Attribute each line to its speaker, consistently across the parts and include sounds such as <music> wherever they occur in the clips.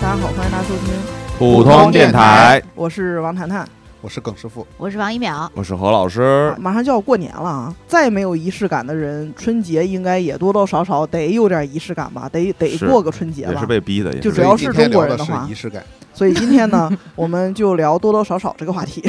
Speaker 1: 大家好，欢迎大家收听
Speaker 2: 普通电台，，
Speaker 1: 我是王谈谈。
Speaker 3: 我是耿师傅，
Speaker 4: 我是王一淼， <laughs>
Speaker 2: 我是何老师。
Speaker 1: 啊马上就要过年了啊，再没有仪式感的人，春节应该也多多少少得有点仪式感吧，得得
Speaker 2: 是
Speaker 1: 过个春节
Speaker 2: 也
Speaker 1: 吧
Speaker 2: 是。被逼的，也
Speaker 1: 哎就只
Speaker 2: 是
Speaker 1: 要
Speaker 3: 所以
Speaker 1: 是
Speaker 3: 今天
Speaker 1: 中国
Speaker 3: 聊
Speaker 1: 人
Speaker 3: 的
Speaker 1: 的话
Speaker 3: 是仪式感，
Speaker 1: 所以今天呢， <laughs> 我们就聊多多少少这个话
Speaker 2: <laughs>
Speaker 1: 题。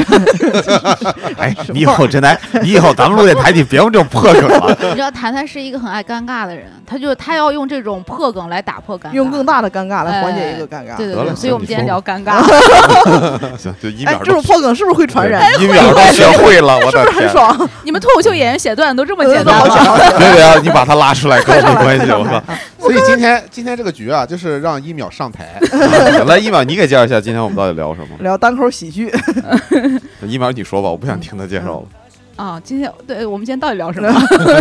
Speaker 1: <laughs>
Speaker 2: 哎，你以后真来， <laughs> 你以后咱们录电台，你别用这种破梗
Speaker 1: <laughs>
Speaker 2: 了。
Speaker 4: 你知道谭谭是一个很爱尴尬的人，他就他要用这种破梗来打破尴尬，
Speaker 1: 用更大的尴尬来缓解一个尴尬。
Speaker 4: 对对
Speaker 2: 得了
Speaker 4: 对，所以我们
Speaker 2: 行你
Speaker 4: 今天
Speaker 2: 说
Speaker 4: 聊尴
Speaker 2: <laughs>
Speaker 4: 尬，
Speaker 2: 行，就一
Speaker 1: 哎
Speaker 2: 秒，
Speaker 1: 这种破梗是不是会传 <laughs> 染？
Speaker 2: 一秒都学会了，我的
Speaker 1: 很
Speaker 2: 天！
Speaker 1: 爽，
Speaker 5: 你们脱口秀演员写段子都这么简单
Speaker 1: 好
Speaker 5: 吗？
Speaker 1: 巧，好巧！
Speaker 2: <laughs> 别别啊，你把他拉出来跟我没
Speaker 1: <laughs>
Speaker 2: 关系。我操！
Speaker 3: 所以今天今天这个局啊，就是让一秒上台，
Speaker 2: 来，一秒你给介绍一下今天我们到底
Speaker 1: <laughs>
Speaker 2: 聊什么？
Speaker 1: 聊单口喜
Speaker 2: <laughs>
Speaker 1: 剧，
Speaker 2: 一秒你说吧，我不想听他介绍了。
Speaker 5: 啊，今天对我们今天到底聊什么？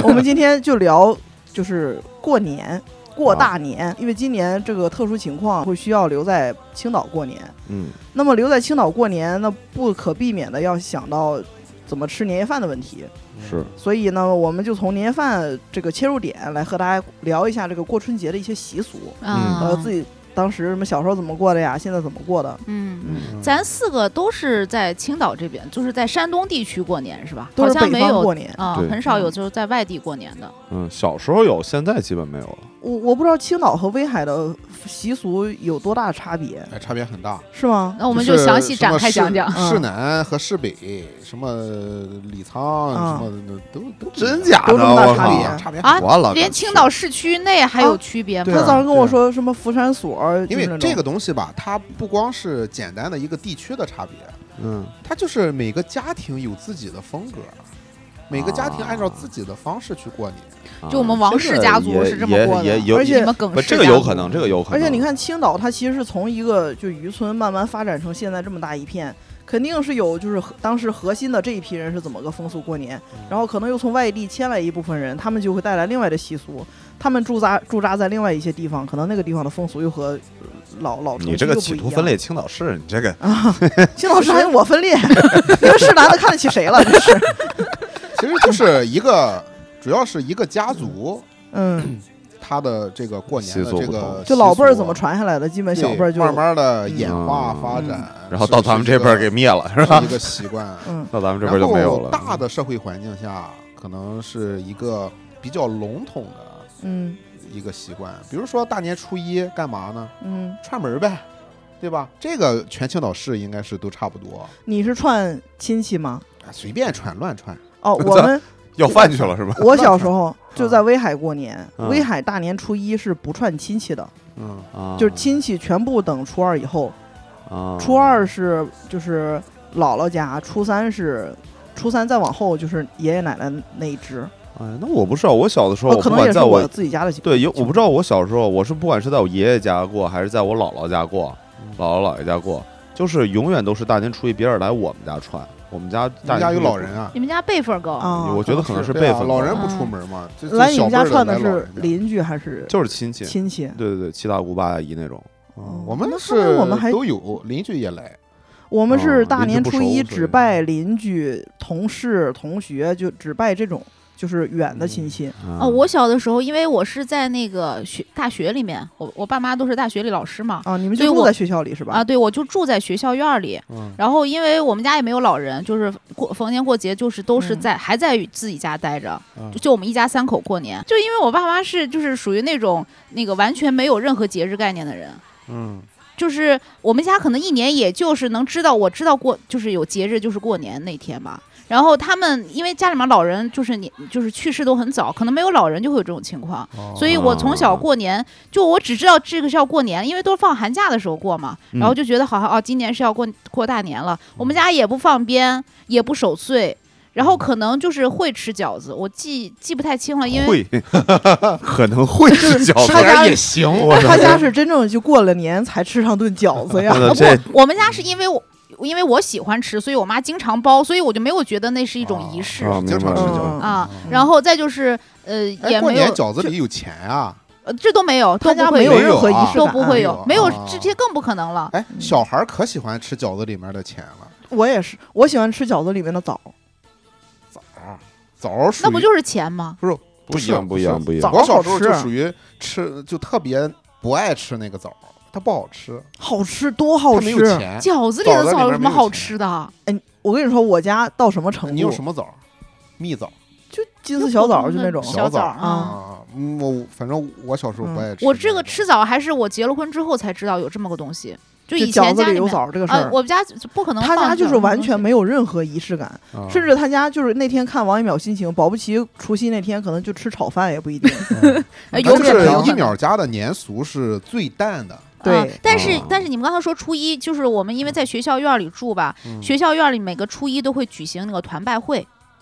Speaker 1: 我们今天就聊就是过年。过大
Speaker 2: 啊
Speaker 1: 年，因为今年这个特殊情况会需要留在青岛过年。
Speaker 2: 嗯，
Speaker 1: 那么留在青岛过年，那不可避免的要想到怎么吃年夜饭的问题。
Speaker 2: <laughs> 嗯是
Speaker 1: 所以呢，我们就从年夜饭这个切入点来和大家聊一下这个过春节的一些习俗，
Speaker 2: <laughs>
Speaker 3: 啊
Speaker 2: 嗯
Speaker 4: 啊
Speaker 1: 呃，自己当时什么小时候怎么过的呀，现在怎么过的，
Speaker 4: 嗯。
Speaker 2: 嗯
Speaker 4: 咱四个都是在青岛这边，就是在山东地区过年是吧？
Speaker 1: 都
Speaker 4: 好
Speaker 1: 是
Speaker 4: 像
Speaker 1: 北
Speaker 4: 没
Speaker 1: 方
Speaker 4: 有
Speaker 1: 过年。
Speaker 4: 啊，
Speaker 2: 对
Speaker 4: 很少有
Speaker 1: 嗯
Speaker 4: 就是在外地过年的。
Speaker 2: 嗯，小时候有，现在基本没有了。
Speaker 1: 我我不知道青岛和威海的习俗有多大差别，
Speaker 3: 哎，差别很大。
Speaker 1: 是吗？
Speaker 4: 那我们
Speaker 3: 就
Speaker 4: 就是详细
Speaker 3: 什么
Speaker 4: 展开
Speaker 3: 市
Speaker 4: 讲
Speaker 2: 啊
Speaker 4: 讲。
Speaker 1: 嗯
Speaker 3: 市南和市北，什么李沧，
Speaker 1: 嗯
Speaker 3: 什么都都
Speaker 2: 真假
Speaker 1: 都这么
Speaker 2: 的？
Speaker 1: 大
Speaker 2: 我
Speaker 1: 差
Speaker 2: 操！
Speaker 1: 别
Speaker 3: 的，差别
Speaker 4: 啊
Speaker 3: 很大。
Speaker 2: 了
Speaker 4: 连青岛市区内还有区别
Speaker 3: 对
Speaker 1: 他
Speaker 3: 啊
Speaker 1: 早
Speaker 4: 吗？
Speaker 1: 上跟我
Speaker 3: 对啊
Speaker 1: 说什么福山所，
Speaker 3: 因
Speaker 1: 就
Speaker 3: 为
Speaker 1: 是那种
Speaker 3: 这个东西吧，它不光是简单的一个地区的差别，
Speaker 2: 嗯，
Speaker 3: 它就是每个家庭有自己的风格，每个家庭按照自己己的方式去过年。
Speaker 2: 啊
Speaker 4: 就我们王氏家族是这么
Speaker 2: 也
Speaker 4: 过的
Speaker 2: 也也有
Speaker 1: 而且
Speaker 4: 你们耿
Speaker 2: 不，
Speaker 4: 氏
Speaker 2: 这个
Speaker 4: 家
Speaker 2: 有
Speaker 4: 族
Speaker 2: 可能，这个有可能。
Speaker 1: 而且你，看青岛，它其实是从一个就渔村慢慢发展成现在这么大一片，肯定是有就是核当时核心的这一批人是怎么个风俗过年，
Speaker 2: 嗯
Speaker 1: 然后可能又从外地迁来一部分人，他们就会带来另外的习俗，他们驻扎驻扎在另外一些地方，可能那个地方的风俗又和呃老老城
Speaker 2: 你
Speaker 1: 区
Speaker 2: 这个
Speaker 1: 又
Speaker 2: 企
Speaker 1: 不
Speaker 2: 图
Speaker 1: 一
Speaker 2: 分
Speaker 1: 样。
Speaker 2: 类青岛市，你这个
Speaker 1: 青岛市还用我分裂， <laughs> 因为是男的看得起谁了？
Speaker 2: <laughs>
Speaker 1: 这是，
Speaker 3: 其实就是一个，主要是一个家族，
Speaker 1: 嗯，
Speaker 3: 它的这个过年的
Speaker 2: 习俗
Speaker 3: 这
Speaker 2: 不同
Speaker 3: 个
Speaker 1: 就老辈儿怎么
Speaker 3: 习俗啊
Speaker 1: 传下来的，基本
Speaker 3: 对
Speaker 1: 小辈儿就
Speaker 3: 慢慢的演化
Speaker 2: 嗯
Speaker 3: 发展，
Speaker 2: 然后到咱们这边儿给灭了，是
Speaker 3: 是
Speaker 2: 吧
Speaker 3: 一？个习惯，
Speaker 1: 嗯
Speaker 2: 到咱们这边儿就没有了。
Speaker 3: 然后大的社会环境下，可能是一个比较笼统的
Speaker 1: 嗯
Speaker 3: 一个习惯，比如说大年初一干嘛呢？
Speaker 1: 嗯，
Speaker 3: 串门儿呗，对吧？这个全青岛市应该是都差不多，
Speaker 1: 你是串亲戚吗？
Speaker 3: 哎随便串乱串，
Speaker 2: <laughs>
Speaker 1: 哦，我们
Speaker 2: 要饭去
Speaker 1: <laughs>
Speaker 2: 了是吧？
Speaker 1: 我小时候就在威海过年，
Speaker 2: 嗯
Speaker 1: 威海大年初一是不串亲戚的，
Speaker 3: 嗯，
Speaker 2: 啊
Speaker 1: 就是亲戚全部等初二以后，
Speaker 2: 啊
Speaker 1: 初二是就是姥姥家，初三是。初三再往后就是爷爷奶奶那一支，
Speaker 2: 哎，那我不是啊，我小的时候，
Speaker 1: 哦，
Speaker 2: 我
Speaker 1: 可
Speaker 2: 不
Speaker 1: 能也
Speaker 2: 管
Speaker 1: 是
Speaker 2: 在
Speaker 1: 我自己家的习
Speaker 2: 对有，我不知道我小时候我是不管是在我爷爷家过，还是在我姥姥家过，姥姥姥爷家过，就是永远都是大年初一别人来我们家串，我们家
Speaker 3: 你
Speaker 2: 大
Speaker 3: 们
Speaker 2: 年
Speaker 3: 家有
Speaker 2: 初一
Speaker 3: 老人啊，
Speaker 4: 你们家辈分高，
Speaker 1: 啊。
Speaker 2: 我觉得可能是
Speaker 3: 对
Speaker 2: 辈
Speaker 3: 啊
Speaker 2: 分
Speaker 3: 老人
Speaker 2: 吧
Speaker 3: 不出门嘛，就
Speaker 1: 来你们家串
Speaker 3: 的
Speaker 1: 的是邻居还是
Speaker 2: 就是亲戚，
Speaker 1: 亲戚？
Speaker 2: 对对对，七大姑八大姨那种。
Speaker 1: 哦
Speaker 3: 嗯我们
Speaker 1: 那
Speaker 3: 是
Speaker 1: 看来我们还
Speaker 3: 都有邻居也来，
Speaker 1: 我们
Speaker 2: 哦
Speaker 1: 是大年初
Speaker 2: 邻居
Speaker 1: 一
Speaker 2: 不熟
Speaker 1: 只拜邻居、同事、同学，就只拜这种就是远的亲戚。
Speaker 2: 啊
Speaker 4: 哦，我小的时候，因为我是在那个学大学里面，我我爸妈都是大学里老师嘛，
Speaker 1: 啊，你们就
Speaker 4: 所以
Speaker 1: 住
Speaker 4: 我
Speaker 1: 在学校里是吧？
Speaker 4: 啊，对，我就住在学校院儿里。
Speaker 3: 嗯，
Speaker 4: 然后因为我们家也没有老人，就是过逢年过节就是都是
Speaker 1: 嗯
Speaker 4: 在、还在自己家待着，
Speaker 3: 嗯
Speaker 4: 就就我们一家三口过年。就因为我爸妈是就是属于那种那个完全没有任何节日概念的人。
Speaker 3: 嗯，
Speaker 4: 就是我们家可能一年也就是能知道，我知道过就是有节日就是过年那天吧。然后他们因为家里面老人就是你就是去世都很早，可能没有老人就会有这种情况。
Speaker 3: 哦
Speaker 2: 哦
Speaker 4: 所以我从小过年，就我只知道这个是要过年，因为都是放寒假的时候过嘛，
Speaker 2: 嗯
Speaker 4: 然后就觉得好像哦，今年是要过过大年了。我们家也不放鞭，也不守岁，然后可能就是会吃饺子，我记记不太清了，因为
Speaker 2: 啊会 <laughs> 可能会是饺
Speaker 1: 他
Speaker 2: 子。
Speaker 1: 家
Speaker 3: 也行，
Speaker 1: <laughs> 他家
Speaker 3: <laughs>
Speaker 1: 是真正就过了年才吃上顿饺子呀。
Speaker 2: 那
Speaker 4: 哦
Speaker 2: 这
Speaker 4: 不，我们家是因为我。因为我喜欢吃，所以我妈经常包，所以我就没有觉得那是一种仪式
Speaker 2: 啊
Speaker 4: 啊
Speaker 2: 明
Speaker 3: 经
Speaker 2: 白
Speaker 3: 常吃
Speaker 2: 了
Speaker 3: 饺子。哦
Speaker 2: 哦
Speaker 3: 嗯
Speaker 4: 然后再就是，呃，也
Speaker 3: 哎，过
Speaker 4: 没
Speaker 3: 年
Speaker 4: 有，
Speaker 3: 饺子里有钱啊！
Speaker 4: 呃这都没有，
Speaker 1: 他
Speaker 4: 都
Speaker 1: 家
Speaker 4: 不
Speaker 1: 没
Speaker 4: 会
Speaker 1: 有
Speaker 3: 没有
Speaker 1: 任何仪
Speaker 3: 啊
Speaker 1: 式
Speaker 4: 都
Speaker 1: 感，
Speaker 4: 不会
Speaker 3: 啊
Speaker 4: 有，没有
Speaker 3: 啊，
Speaker 4: 这些更不可能了。
Speaker 3: 哎，小孩儿可喜欢吃饺子里面的钱了，
Speaker 1: 我也是，我喜欢吃饺子里面的枣，
Speaker 3: 枣儿啊枣儿属于
Speaker 4: 那不就是钱吗？
Speaker 2: 不一样，不一样，不一样。
Speaker 1: 枣
Speaker 4: 啊
Speaker 3: 我小时候
Speaker 1: 好吃
Speaker 3: 就属于吃就特别不爱吃那个枣儿，它不好吃，
Speaker 1: 好吃多好
Speaker 3: 它没有
Speaker 4: 啊
Speaker 1: 吃！
Speaker 3: 钱。
Speaker 5: 饺子里的枣
Speaker 3: 枣哎子里面
Speaker 5: 有什么好吃的？
Speaker 1: 哎，我跟你说，我家到什么程度？
Speaker 3: 你有什么枣？蜜枣
Speaker 1: 就金丝小枣，就那种
Speaker 3: 普通的
Speaker 4: 小
Speaker 3: 枣
Speaker 4: 枣
Speaker 3: 儿
Speaker 4: 啊。嗯
Speaker 3: 啊，嗯我反正我小时候不爱吃。
Speaker 4: 我这个吃枣还是我结了婚之后才知道有这么个东西，嗯就
Speaker 1: 就
Speaker 4: 以
Speaker 1: 饺
Speaker 4: 前
Speaker 1: 子
Speaker 4: 家
Speaker 1: 里
Speaker 4: 里
Speaker 1: 有
Speaker 4: 面
Speaker 1: 枣这个事
Speaker 4: 啊
Speaker 1: 儿，，
Speaker 4: 我们家就不可能
Speaker 1: 他
Speaker 4: 放
Speaker 1: 家就
Speaker 4: 这
Speaker 1: 是
Speaker 4: 种
Speaker 1: 完
Speaker 4: 东
Speaker 1: 全
Speaker 4: 西
Speaker 1: 没有任何仪式感，
Speaker 3: 啊，
Speaker 1: 甚至他家就是那天看王一淼心情，保不齐除夕那天可能就吃炒饭也不一定。
Speaker 3: 嗯
Speaker 4: 哎
Speaker 3: 就
Speaker 4: 有可
Speaker 3: 是
Speaker 4: 能
Speaker 3: 一秒家的年俗是最淡的，
Speaker 4: 啊
Speaker 1: 对
Speaker 4: 但是
Speaker 2: 哦
Speaker 4: 但是你们刚才说初一，就是我们因为在学校院儿里住吧，
Speaker 3: 嗯
Speaker 4: 学校院儿里每个初一都会举行那个团拜会，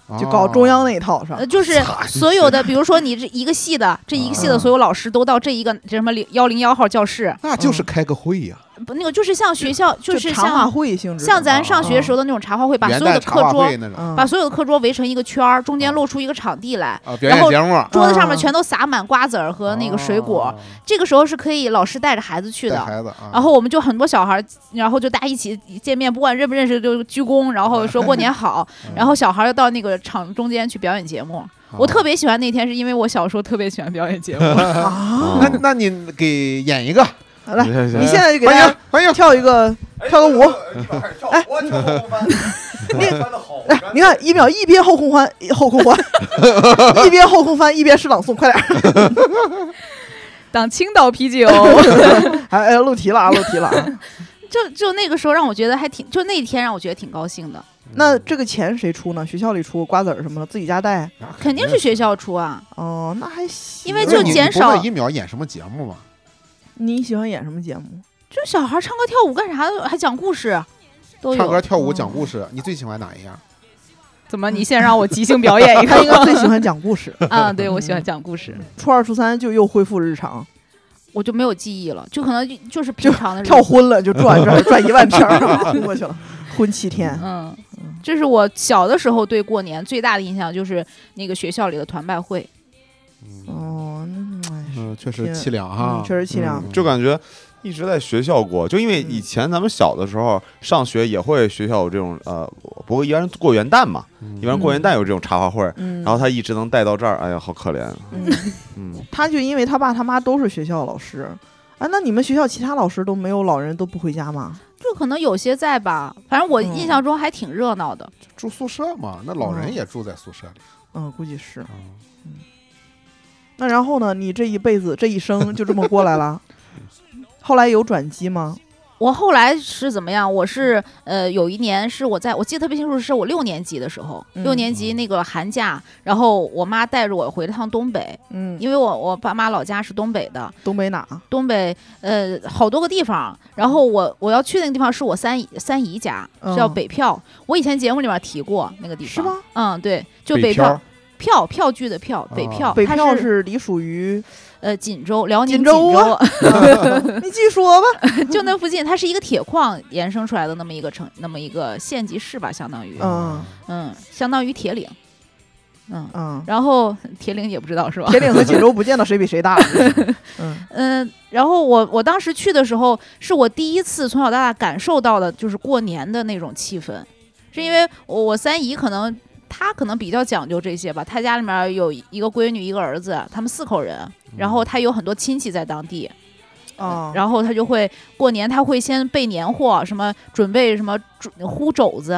Speaker 3: 嗯啊
Speaker 1: 就搞中央那一套上
Speaker 4: 呃，，就是所有的，比如说你这一个系的，这一个
Speaker 3: 啊
Speaker 4: 系的所有老师都到这一个这什么幺零幺号教室，
Speaker 3: 那就是开个会呀，
Speaker 4: 不那个就是像学校就是
Speaker 1: 茶话
Speaker 4: 像
Speaker 1: 会性质的，
Speaker 4: 像咱上学时候的那种茶话会，把
Speaker 3: 啊元
Speaker 4: 所有
Speaker 3: 旦
Speaker 4: 的
Speaker 3: 茶
Speaker 4: 课
Speaker 3: 话
Speaker 4: 桌
Speaker 3: 会那种
Speaker 1: 嗯
Speaker 4: 把所有的课桌围成一个圈儿，中
Speaker 3: 嗯
Speaker 4: 间露出一个场地来，
Speaker 3: 啊，表
Speaker 4: 然
Speaker 3: 演
Speaker 4: 后
Speaker 3: 节目
Speaker 4: 桌子上面
Speaker 1: 嗯
Speaker 4: 全都撒满瓜子儿和那个水果，
Speaker 3: 啊
Speaker 4: 这个时候是可以老师带着孩子去
Speaker 3: 带
Speaker 4: 的，
Speaker 3: 孩子啊，
Speaker 4: 然后我们就很多小孩儿，然后就大家一起见面，不管认不认识就鞠躬，然后说过年好
Speaker 3: 嗯，
Speaker 4: 然后小孩儿到那个场中间去表演节目。我特
Speaker 3: 别，
Speaker 4: 别喜欢那天，是因为我小时候特别喜欢表演节目。
Speaker 3: <laughs>
Speaker 1: 啊，
Speaker 3: 那那你给演一个，呃
Speaker 1: 来，
Speaker 2: 你
Speaker 1: 你现在就给大
Speaker 3: 欢迎
Speaker 1: 家
Speaker 3: 欢
Speaker 1: <laughs>
Speaker 3: 迎，
Speaker 1: 跳一个跳个舞，
Speaker 6: 哎，我跳后空
Speaker 4: <laughs>
Speaker 6: 翻，
Speaker 1: 你
Speaker 6: 翻的好，
Speaker 1: 来，你看一秒一边后空翻，一后空翻，一边后空翻一边是朗诵，快点儿！
Speaker 5: 当青岛啤
Speaker 3: <laughs>
Speaker 5: 酒，
Speaker 1: 哎哎，漏题了啊，漏题了啊！
Speaker 4: 就就那个时候让我觉得还挺，就那天让我觉得挺高兴的。
Speaker 1: <laughs> 那这个钱谁出呢？学校里出瓜子儿什么的，自己家带？啊
Speaker 4: 肯定是学校出啊，
Speaker 1: 哦，那还行。
Speaker 4: 因为
Speaker 3: 不
Speaker 4: 就是
Speaker 3: 你
Speaker 4: 减
Speaker 3: 你不问
Speaker 4: 少
Speaker 3: 一秒演什么节目嘛？
Speaker 1: 你喜欢演什么
Speaker 4: <laughs>
Speaker 1: 节目？
Speaker 4: 就小孩唱歌跳舞干啥的，还讲故事，啊都
Speaker 3: 唱歌、
Speaker 4: 有。嗯
Speaker 3: 跳舞、讲故事，你最喜欢哪一样？
Speaker 5: 怎么你先让我即兴表演
Speaker 4: <laughs>
Speaker 5: 一
Speaker 1: 他应该
Speaker 5: 个？
Speaker 1: 最喜欢讲故事。
Speaker 5: <laughs> 啊，
Speaker 4: 嗯
Speaker 5: 对，我喜欢讲故事。
Speaker 1: 初二、初三就又恢复日常，
Speaker 4: 我就没有记忆了，就可能就就是平常的日子
Speaker 1: 跳昏了就转转转一万圈儿， <laughs> 然后昏过去了，昏七天。
Speaker 4: 嗯，这是我小的时候对过年最大的印象，就是那个学校里的团拜会。
Speaker 1: 哦，那哎
Speaker 3: 嗯，确实
Speaker 1: 天
Speaker 3: 凄凉
Speaker 1: 嗯
Speaker 3: 哈，
Speaker 1: 确实凄凉。
Speaker 3: 嗯
Speaker 2: 就感觉一直在学校过，就因为
Speaker 1: 嗯
Speaker 2: 以前咱们小的时候上学也会学校有这种呃，不过一般过元旦嘛，
Speaker 3: 嗯
Speaker 2: 一般过元旦有这种茶话会，
Speaker 1: 嗯，
Speaker 2: 然后他一直能带到这儿，哎呀，好可怜。
Speaker 1: 嗯，
Speaker 2: 嗯，
Speaker 1: 他就因为他爸他妈都是学校老师，哎，那你们学校其他老师都没有老人都不回家吗？
Speaker 4: 就可能有些在吧，反正我
Speaker 1: 嗯
Speaker 4: 印象中还挺热闹的。
Speaker 3: 住宿舍嘛，那老人
Speaker 1: 嗯
Speaker 3: 也住在宿舍里
Speaker 1: 嗯，估计是。
Speaker 3: 啊。
Speaker 1: 那然后呢？你这一辈子这一生就这么过来
Speaker 4: <laughs>
Speaker 1: 了？后来有转机吗？
Speaker 4: 我后来是怎么样？我是呃，有一年是我在我记得特别清楚，是我六年级的时候，
Speaker 1: 嗯
Speaker 4: 六年级那个寒假，然后我妈带着我回了趟东北，
Speaker 1: 嗯，
Speaker 4: 因为我我爸妈老家是东北的，
Speaker 1: 东北哪？
Speaker 4: 东北呃好多个地方，然后我我要去那个地方是我三姨三姨家，
Speaker 1: 嗯
Speaker 4: 叫北票，我以前节目里面提过那个地方，
Speaker 1: 是吗？
Speaker 4: 嗯，对，就
Speaker 3: 北
Speaker 4: 北
Speaker 3: 漂
Speaker 4: 票。票票据的票，北
Speaker 3: 啊
Speaker 4: 票，
Speaker 1: 北
Speaker 4: 它
Speaker 1: 票
Speaker 4: 是
Speaker 1: 是隶属于，
Speaker 4: 呃锦州，辽宁
Speaker 1: 锦州啊你继续说吧。
Speaker 4: 就那附近，它是一个铁矿延伸出来的那么一个城，那么一个县级市吧，相当于，
Speaker 1: 嗯
Speaker 4: <laughs> 嗯，相当于铁岭，嗯，
Speaker 1: 嗯，
Speaker 4: 然后铁岭也不知道是吧？
Speaker 1: 铁岭和锦州不见得谁比谁
Speaker 4: <laughs>
Speaker 1: 大。嗯
Speaker 4: 嗯，然后我我当时去的时候，是我第一次从小到大感受到的，就是过年的那种气氛，是因为我我三姨可能她可能比较讲究这些吧，她家里面有一个闺女一个儿子，他们四口人，然后她有很多亲戚在当地，
Speaker 1: 啊，
Speaker 4: 然后他就会过年，他会先备年货，什么准备什么煮烀肘子，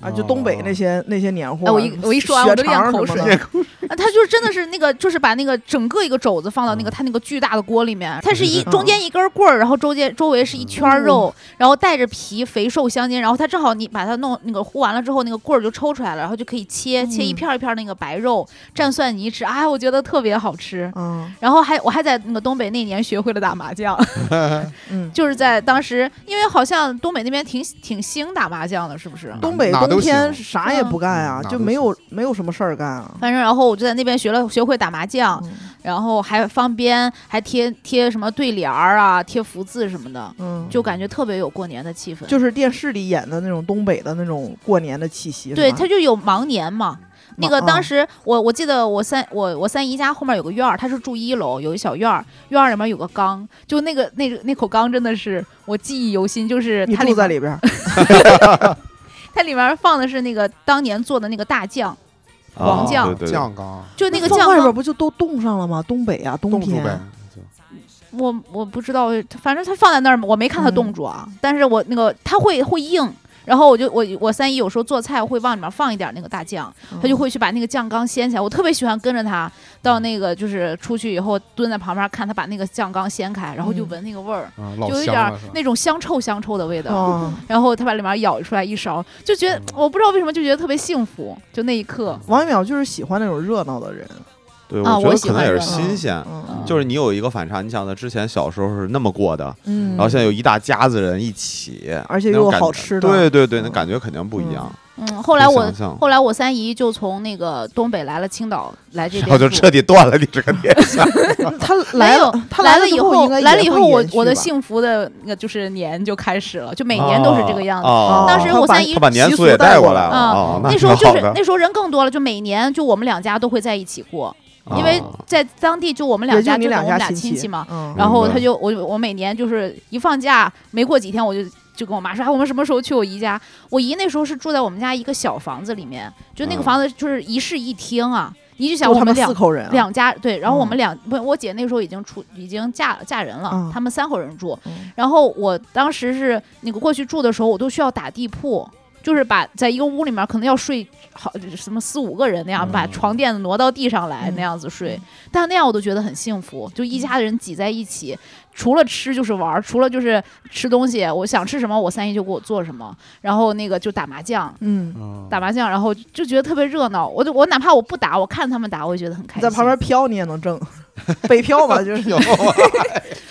Speaker 1: 啊，就东北那些那些年货，
Speaker 4: 哎我一我一说完
Speaker 1: 血
Speaker 4: 我都咽
Speaker 1: 肠
Speaker 4: 口
Speaker 1: 什么
Speaker 4: 水
Speaker 1: 的，
Speaker 4: 啊，他就是真的是那个，就是把那个整个一个肘子放到那个他那个巨大的锅里面，它是一
Speaker 1: 嗯
Speaker 4: 中间一根棍儿，然后中间周围是一圈儿肉，然后带着皮，肥瘦相间，然后它正好你把它弄那个烀完了之后，那个棍儿就抽出来了，然后就可以切切一
Speaker 1: 嗯
Speaker 4: 片儿一片儿那个白肉，蘸蒜泥吃，哎，我觉得特别好吃。
Speaker 1: 嗯
Speaker 4: 然后还我还在那个东北那年学会了打麻将。 <laughs>
Speaker 1: 嗯，
Speaker 4: 就是在当时，因为好像东北那边挺挺兴打麻将的，是不是？
Speaker 1: 东北
Speaker 3: 哪哪
Speaker 1: 冬
Speaker 3: 都行
Speaker 1: 天啥也不干啊，
Speaker 3: 嗯哪
Speaker 1: 就
Speaker 3: 都
Speaker 1: 没有没有什么事儿干啊。
Speaker 4: 反正然后我就在那边学了学会打麻将，
Speaker 1: 嗯
Speaker 4: 然后还放鞭，还贴贴什么对联儿啊，贴福字什么的，
Speaker 1: 嗯，
Speaker 4: 就感觉特别有过年的气氛。
Speaker 1: 就是电视里演的那种东北的那种过年的气息，
Speaker 4: 对，
Speaker 1: 是吧
Speaker 4: 它就有忙年嘛。那个
Speaker 1: 忙
Speaker 4: 当时我我记得我三我我三姨家后面有个院儿，她是住一楼，有一小院儿，院儿里面有个缸，就那个那个那口缸真的是我记忆犹新，就是
Speaker 1: 你
Speaker 4: 它
Speaker 1: 住
Speaker 4: 里
Speaker 1: 在
Speaker 4: 面
Speaker 1: 里边儿，
Speaker 4: 它里面放的是那个当年做的那个大酱，
Speaker 2: 啊
Speaker 3: 哦
Speaker 4: 黄酱
Speaker 2: 对对对
Speaker 3: 酱缸
Speaker 4: 就那个
Speaker 1: 放
Speaker 4: 酱
Speaker 1: 外
Speaker 4: 缸
Speaker 1: 边不就都冻上了吗？东北啊，冬
Speaker 3: 冻住
Speaker 1: 天
Speaker 3: 呗，
Speaker 4: 我我不知道，反正它放在那儿，我没
Speaker 1: 嗯
Speaker 4: 看它动住啊。但是我那个它会会硬，然后我就我我三姨有时候做菜会往里面放一点那个大酱，
Speaker 1: 嗯
Speaker 4: 她就会去把那个酱缸掀起来。我特别喜欢跟着她到那个就是出去以后蹲在旁边看她把那个酱缸掀开，然后就
Speaker 1: 嗯
Speaker 4: 闻那个味儿，
Speaker 3: 啊，老
Speaker 4: 就有一
Speaker 3: 香
Speaker 4: 点儿
Speaker 3: 了是吧？
Speaker 4: 那种香臭香臭的味道。
Speaker 1: 哦，
Speaker 4: <laughs> 然后她把里面舀出来一勺，就觉得
Speaker 3: 嗯
Speaker 4: 我不知道为什么就觉得特别幸福，就那一刻。
Speaker 1: 王一淼就是喜欢那种热闹的人，
Speaker 2: 对，
Speaker 4: 啊
Speaker 2: 觉
Speaker 4: 我
Speaker 2: 得
Speaker 4: 喜
Speaker 2: 可能
Speaker 4: 欢
Speaker 2: 也是
Speaker 4: 热闹
Speaker 2: 新鲜，
Speaker 1: 嗯
Speaker 2: 就是你有一个反差。你想，他之前小时候是那么过的，
Speaker 1: 嗯，
Speaker 2: 然后现在有一大家子人一起，
Speaker 1: 而且
Speaker 2: 那
Speaker 1: 又
Speaker 2: 种感
Speaker 1: 好
Speaker 2: 觉
Speaker 1: 吃的
Speaker 2: 对对对，那
Speaker 1: 嗯
Speaker 2: 感觉肯定不一样。
Speaker 4: 嗯，后来我
Speaker 2: 想象
Speaker 4: 后来我三姨就从那个东北来了青岛来这边
Speaker 2: 然
Speaker 4: 住，
Speaker 2: 后就彻底断了你这个联系。
Speaker 1: 嗯他
Speaker 4: 没
Speaker 1: 来
Speaker 4: 有
Speaker 1: 了，他
Speaker 4: 来
Speaker 1: 了
Speaker 4: 以
Speaker 1: 之后
Speaker 4: 后
Speaker 1: 应该
Speaker 4: 来
Speaker 1: 也
Speaker 4: 了以
Speaker 1: 会
Speaker 4: 后，我
Speaker 1: 延续
Speaker 4: 我的
Speaker 1: 吧
Speaker 4: 幸福的那个就是年就开始了，就每年都是这个样子。
Speaker 2: 哦
Speaker 4: 当时
Speaker 1: 他
Speaker 4: 我
Speaker 1: 把
Speaker 4: 三姨
Speaker 2: 他把年
Speaker 1: 习
Speaker 2: 俗
Speaker 1: 俗
Speaker 2: 也
Speaker 1: 带
Speaker 2: 带
Speaker 1: 过
Speaker 2: 过来
Speaker 1: 来
Speaker 2: 了
Speaker 4: 啊
Speaker 2: 哦，
Speaker 4: 那
Speaker 2: 那
Speaker 4: 时候
Speaker 2: 挺
Speaker 4: 就
Speaker 2: 好
Speaker 4: 是
Speaker 2: 的
Speaker 4: 那时候人更多了，就每年就我们两家都会在一起过，
Speaker 2: 哦
Speaker 4: 因为 <laughs> 在当地就我们两
Speaker 1: 也就
Speaker 4: 家
Speaker 1: 你
Speaker 4: 就等
Speaker 1: 两
Speaker 4: 我们俩
Speaker 1: 亲
Speaker 4: 戚嘛。
Speaker 1: 嗯，
Speaker 4: 然后
Speaker 2: 明白
Speaker 4: 他就我我每年就是一放假没过几天我就就跟我妈说，哎，我们什么时候去我姨家？我姨那时候是住在我们家一个小房子里面，就那个
Speaker 2: 嗯
Speaker 4: 房子就是一室一厅啊。你就想
Speaker 1: 就
Speaker 4: 我
Speaker 1: 他
Speaker 4: 们
Speaker 1: 们
Speaker 4: 两
Speaker 1: 四口人啊，
Speaker 4: 两家对，然后我
Speaker 1: 嗯
Speaker 4: 们两不，我姐那时候已经出已经嫁嫁人了，
Speaker 1: 嗯
Speaker 4: 他们三口人住。
Speaker 1: 嗯
Speaker 4: 然后我当时是那个过去住的时候，我都需要打地铺，就是把在一个屋里面可能要睡好什么四五个人那样，把床垫子挪到地上来、
Speaker 1: 嗯
Speaker 4: 那样子睡。但那样我都觉得很幸福，就一家人挤在一起，除了吃就是玩儿，除了就是吃东西，我想吃什么我三姨就给我做什么，然后那个就打麻将。
Speaker 1: 嗯，
Speaker 3: 嗯
Speaker 4: 打麻将，然后就觉得特别热闹。我就我哪怕我不打，我看他们打，我也觉得很开
Speaker 1: 你
Speaker 4: 心。
Speaker 1: 在旁边飘你也能挣， <laughs> 北漂吧，就是
Speaker 2: <laughs>
Speaker 3: 有啊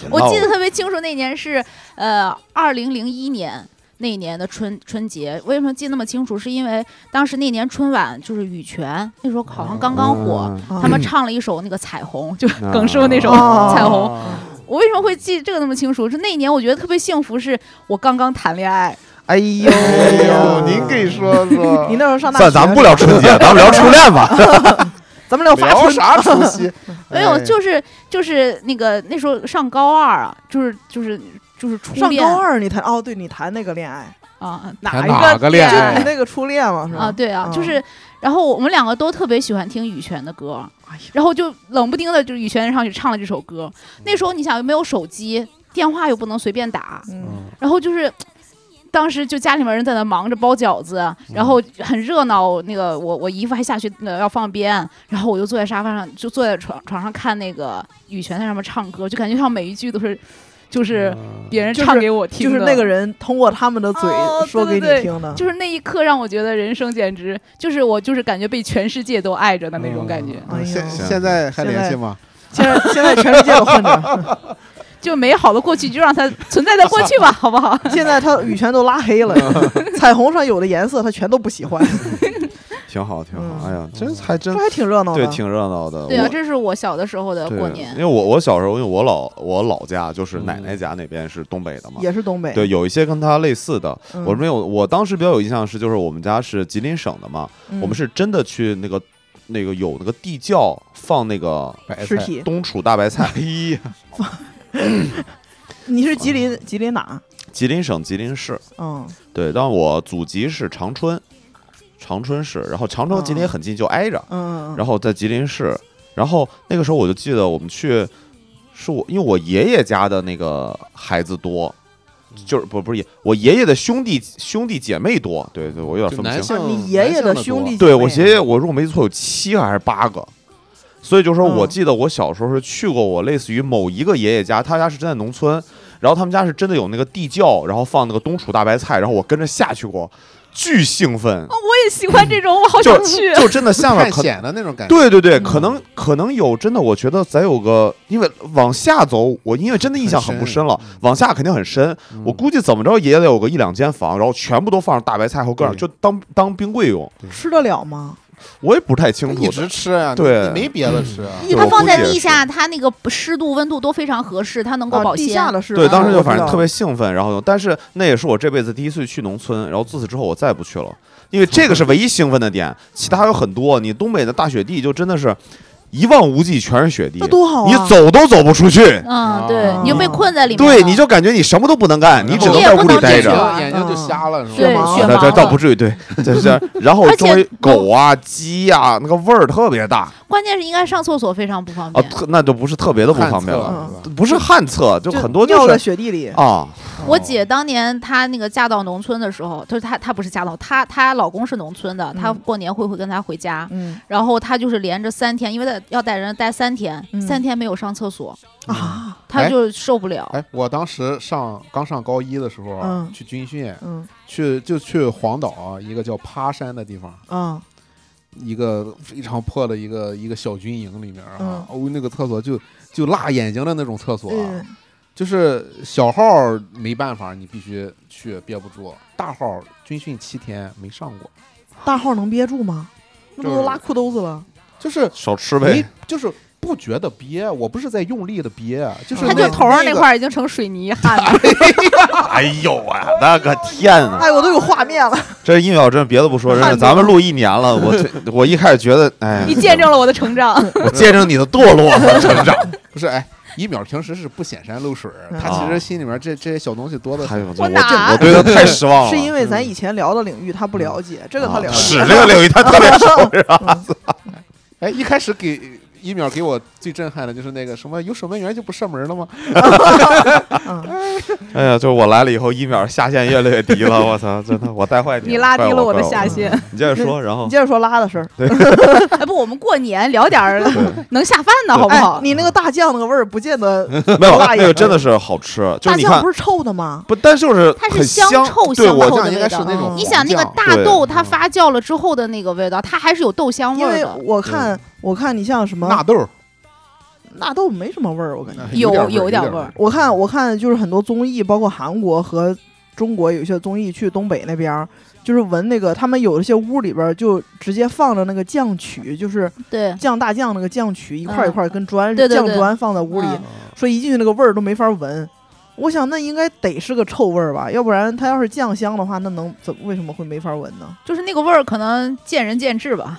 Speaker 4: 我
Speaker 2: 那
Speaker 4: 记得特别清楚，那年是呃二零零一年那一年的春春节。为什么记得那么清楚？是因为当时那年春晚就是羽泉，那时候好像刚刚火，
Speaker 2: 嗯
Speaker 4: 他们唱了一首那个《彩虹》，就是
Speaker 2: 啊
Speaker 5: 耿叔那首
Speaker 1: 哦
Speaker 5: 《彩虹》，
Speaker 4: 我为什么会记这个那么清楚？是那年我觉得特别幸福，是我刚刚谈恋爱，
Speaker 2: 哎呦
Speaker 3: 哎
Speaker 1: 呀
Speaker 3: 呦， <laughs> 您给说 <laughs> 说，
Speaker 1: 嗯你那时候上大学，
Speaker 2: 算咱们不聊春节，咱们聊初恋吧。
Speaker 1: 咱们聊发
Speaker 3: 聊
Speaker 1: 春，
Speaker 3: 啥除夕？
Speaker 4: <laughs> 没有，
Speaker 3: 哎
Speaker 4: 就是就是那个那时候上高二啊，就是就是就是初
Speaker 1: 上
Speaker 4: 恋
Speaker 1: 高二你谈哦，对你谈那个恋爱，
Speaker 4: 啊
Speaker 5: 哪
Speaker 3: 谈
Speaker 5: 一
Speaker 3: 哪个恋
Speaker 5: 就
Speaker 1: 就是你
Speaker 3: 爱？
Speaker 1: 那个初恋嘛，是
Speaker 4: 啊，
Speaker 1: 吧？
Speaker 4: 对啊，就
Speaker 1: 嗯
Speaker 4: 是。然后我们两个都特别喜欢听羽泉的歌，
Speaker 1: 哎呀，
Speaker 4: 然后就冷不丁的就羽泉上去唱了这首歌。那时候你想又没有手机，电话又不能随便打，
Speaker 1: 嗯，
Speaker 4: 然后就是。当时就家里面人在那忙着包饺子，
Speaker 1: 嗯
Speaker 4: 然后很热闹。那个我我姨夫还下去呃要放鞭，然后我就坐在沙发上，就坐在床床上看那个羽泉在上面唱歌，就感觉像每一句都是，就是别人
Speaker 1: 嗯就是
Speaker 4: 唱给
Speaker 5: 给我听
Speaker 1: 就是
Speaker 5: 的
Speaker 1: 那个人通过他们的嘴
Speaker 4: 哦
Speaker 1: 说给
Speaker 4: 对
Speaker 1: 你
Speaker 4: 对对
Speaker 1: 听的，
Speaker 4: 就是那一刻让我觉得人生简直就是我就是感觉被全世界都爱着的那种感觉，
Speaker 2: 嗯
Speaker 1: 哎呦
Speaker 3: 嗯现现在还联系吗？
Speaker 1: 现在现在全世界都混 <laughs> 着，
Speaker 4: 就美好的过去就让它存在在过
Speaker 2: <laughs>
Speaker 4: 去吧，好不好？
Speaker 1: 现在他羽泉都拉黑了，彩虹上有的颜色他全都不喜欢，
Speaker 2: 挺好，挺
Speaker 1: 嗯
Speaker 2: 好。哎呀，真还真
Speaker 1: 这还挺热闹
Speaker 2: 对，
Speaker 1: 的，
Speaker 2: 挺热闹的。
Speaker 4: 对啊，
Speaker 2: 我
Speaker 4: 这是我小的时候的
Speaker 2: 对
Speaker 4: 过年
Speaker 2: 因。为我我小时候，因为我老我老家就是
Speaker 3: 嗯
Speaker 2: 奶奶家那边是东北的嘛，
Speaker 1: 也是东北，
Speaker 2: 对，有一些跟他类似的。
Speaker 1: 嗯，
Speaker 2: 我没有，我当时比较有印象是，就是我们家是吉林省的嘛，
Speaker 1: 嗯
Speaker 2: 我们是真的去那个那个有那个地窖放那个
Speaker 3: 白
Speaker 1: 尸
Speaker 3: 菜
Speaker 1: 体，
Speaker 2: 冬储大白菜，
Speaker 1: 你是
Speaker 2: 嗯
Speaker 1: 吉林吉林哪？
Speaker 2: 吉林省吉林市。
Speaker 1: 嗯，
Speaker 2: 对，但我祖籍是长春，长春市，然后长春和吉林也很近，就挨着。
Speaker 1: 嗯，
Speaker 2: 然后在吉林市，然后那个时候我就记得我们去，是我因为我爷爷家的那个孩子多，就是不不是爷，我爷爷的兄弟兄弟姐妹多，对对，我有点分
Speaker 3: 就
Speaker 2: 不
Speaker 3: 男
Speaker 2: 清。
Speaker 3: 性
Speaker 1: 啊你爷爷的兄弟姐妹啊，
Speaker 2: <laughs> 对我爷爷，我如果没记错有七个还是八个，所以就说我
Speaker 1: 嗯
Speaker 2: 记得我小时候是去过我类似于某一个爷爷家，他家是真在农村，然后他们家是真的有那个地窖，然后放那个冬储大白菜，然后我跟着下去过，巨兴奋，
Speaker 4: 哦我也喜欢这种，我好
Speaker 2: 就
Speaker 4: 想去。
Speaker 2: 就真的下面
Speaker 3: 探
Speaker 2: 可
Speaker 3: 险的那种感觉。
Speaker 2: 对对对，
Speaker 1: 嗯
Speaker 2: 可能可能有真的，我觉得咱有个，因为往下走，我因为真的印象很不深了
Speaker 3: 很深嗯，
Speaker 2: 往下肯定很深。
Speaker 3: 嗯
Speaker 2: 我估计怎么着也得有个一两间房，然后全部都放上大白菜和各种，
Speaker 3: 对
Speaker 2: 就当当冰柜用。
Speaker 1: 吃得了吗？
Speaker 2: 我也不太清
Speaker 3: 一
Speaker 2: 楚，
Speaker 3: 直吃啊，
Speaker 2: 对
Speaker 3: 你没别的吃啊。
Speaker 2: 对
Speaker 4: 它
Speaker 2: 我
Speaker 4: 放
Speaker 2: 估
Speaker 4: 在
Speaker 2: 计也
Speaker 4: 地
Speaker 2: 是
Speaker 4: 下，它那个湿度、温度都非常合适，它能够
Speaker 1: 啊，
Speaker 4: 保
Speaker 1: 地
Speaker 4: 鲜。
Speaker 1: 下的是吧
Speaker 2: 对，当时就
Speaker 1: 我
Speaker 2: 反正
Speaker 1: 知道
Speaker 2: 特别兴奋，然后，但是那也是我这辈子第一次去农村，然后自此之后我再也不去了，因为这个是唯一兴奋的点，其他有很多。你东北的大雪地就真的是，一望无际，全是雪地
Speaker 1: 那，多好啊！
Speaker 2: 你走都走不出去。
Speaker 4: 嗯，对，你就被困在里面。
Speaker 2: 啊对，你就感觉你什么都不能干，
Speaker 3: 然
Speaker 2: 你只
Speaker 3: 后
Speaker 2: 能
Speaker 4: 你也
Speaker 2: 在
Speaker 4: 不
Speaker 2: 屋里
Speaker 4: 能
Speaker 2: 待
Speaker 4: 进去
Speaker 2: 着。
Speaker 3: 眼睛就瞎了，是
Speaker 4: 对
Speaker 3: 吧？
Speaker 1: 吗
Speaker 4: 雪
Speaker 2: 啊，
Speaker 4: 盲
Speaker 2: 倒倒
Speaker 4: 了
Speaker 2: 不至于，对，这是。然后
Speaker 4: 而且
Speaker 2: 周围狗啊、鸡啊，那个味儿特别大
Speaker 4: 关键是应该上厕所非常不方
Speaker 2: 啊，
Speaker 4: 便。
Speaker 2: 特那就不是特别的不方便
Speaker 4: 嗯
Speaker 2: 了，
Speaker 1: 了
Speaker 2: 不是旱厕，就
Speaker 1: 就
Speaker 2: 很多
Speaker 1: 尿
Speaker 2: 就
Speaker 1: 在
Speaker 2: 是
Speaker 1: 雪地里，
Speaker 2: 啊，
Speaker 4: 我
Speaker 3: 嗯
Speaker 4: 姐当年她那个嫁到农村的时候，就是她她不是嫁到她她老公是农村的，她
Speaker 1: 嗯
Speaker 4: 过年会会跟她回家，
Speaker 1: 嗯
Speaker 4: 然后她就是连着三天，因为她要带人待三天，
Speaker 1: 嗯
Speaker 4: 三天没有上厕所，
Speaker 1: 啊，
Speaker 4: 她就受不了。
Speaker 3: 哎，我当时上刚上高一的时候啊，
Speaker 1: 嗯
Speaker 3: 去军训，
Speaker 1: 嗯
Speaker 3: 去就去黄岛啊一个叫趴山的地方，
Speaker 1: 啊，
Speaker 3: 一个非常破的一个一个小军营里面
Speaker 5: 嗯
Speaker 3: 啊，哦，那个厕所就就辣眼睛的那种厕所啊，
Speaker 1: 嗯
Speaker 3: 就是小号儿没办法，你必须去，憋不住；大号儿军训七天没上过，
Speaker 1: 大号能憋住吗？那不
Speaker 3: 就
Speaker 1: 都
Speaker 3: 是
Speaker 1: 拉裤兜子了？
Speaker 3: 就是
Speaker 2: 少吃
Speaker 3: 没
Speaker 2: 呗。，
Speaker 3: 就是不觉得憋，我不是在用力的憋，啊就是
Speaker 5: 他
Speaker 1: 她
Speaker 5: 就
Speaker 3: 那
Speaker 5: 头上那
Speaker 3: 那个
Speaker 5: 块儿已经成水泥汗了。
Speaker 2: 哎呦 <laughs> 喂、那个天啊！
Speaker 1: 哎，我都有画面了，
Speaker 2: 这是应小真，别的不说，真的，
Speaker 1: 汗多
Speaker 2: 咱们录一年了，我这我一开始觉得，哎，
Speaker 5: 你见证了我的成长，
Speaker 4: <laughs>
Speaker 2: 我见证你的堕落和成长。
Speaker 3: 不是哎。一秒平时是不显山露水儿，
Speaker 1: 嗯
Speaker 3: 他其实心里面这这些小东西多的
Speaker 2: 哎
Speaker 3: 很。
Speaker 2: 呦，我
Speaker 5: 我
Speaker 2: 真
Speaker 5: 哪
Speaker 2: 我对他太失望了。
Speaker 1: 是因为咱以前聊的领域他不了解，这个他了解。
Speaker 2: 啊是这个领域他特别熟，是吧？
Speaker 3: 哎，一开始给一秒给我最震撼的就是那个什么，有守门员就不射门了吗？
Speaker 1: 嗯
Speaker 2: 哎呀，就是我来了以后，一秒下限越来越低了，我操，真的，我带坏你
Speaker 5: 你拉低
Speaker 2: 怪
Speaker 5: 了我的
Speaker 2: 怪
Speaker 5: 下限。
Speaker 2: <laughs> 你接着说，然后
Speaker 1: 你接着说拉的事儿，
Speaker 5: 哎，不，我们过年聊点儿
Speaker 2: 对，
Speaker 5: 能下饭的好不
Speaker 1: 哎
Speaker 5: 好，？
Speaker 1: 你那个大酱那个味儿不见得，
Speaker 2: <laughs> 没有
Speaker 1: 多辣
Speaker 2: 那个
Speaker 1: 眼
Speaker 2: 真的是好吃，就是
Speaker 1: 大
Speaker 2: 你
Speaker 1: 酱
Speaker 2: 看
Speaker 1: 不，是臭的吗？
Speaker 2: 不，但就是
Speaker 4: 它是
Speaker 2: 哎很
Speaker 4: 香臭
Speaker 2: 对
Speaker 4: 香
Speaker 2: 我
Speaker 4: 臭
Speaker 3: 酱
Speaker 4: 的
Speaker 3: 应
Speaker 4: 味
Speaker 3: 该是
Speaker 4: 道
Speaker 3: 那种
Speaker 1: 嗯
Speaker 4: 你想那个
Speaker 3: 黄酱
Speaker 4: 大
Speaker 2: 对
Speaker 4: 豆它
Speaker 3: 嗯
Speaker 4: 发酵了之后的那个味道，它还是有豆香味
Speaker 1: 因
Speaker 4: 儿
Speaker 1: 为
Speaker 4: 的。
Speaker 1: 我看，我看你像什么
Speaker 3: 纳豆儿
Speaker 1: 纳豆没什么味儿，我感觉。
Speaker 4: 有
Speaker 3: 点儿
Speaker 4: 有
Speaker 3: 有
Speaker 4: 点
Speaker 3: 儿
Speaker 4: 味儿
Speaker 1: 我看我看就是很多综艺，包括韩国和中国有一些综艺去东北那边儿，就是闻那个他们有一些屋里边儿就直接放着那个酱曲，就是
Speaker 4: 对
Speaker 1: 酱大酱那个酱曲一块儿一块儿跟砖、
Speaker 4: 嗯对对
Speaker 1: 酱
Speaker 4: 对
Speaker 1: 砖放在屋里，
Speaker 4: 嗯
Speaker 1: 说一进去那个味儿都没法闻。我想那应该得是个臭味儿吧，要不然它要是酱香的话，那能怎为什么会没法闻呢？
Speaker 4: 就是那个味儿，可能见仁见智吧。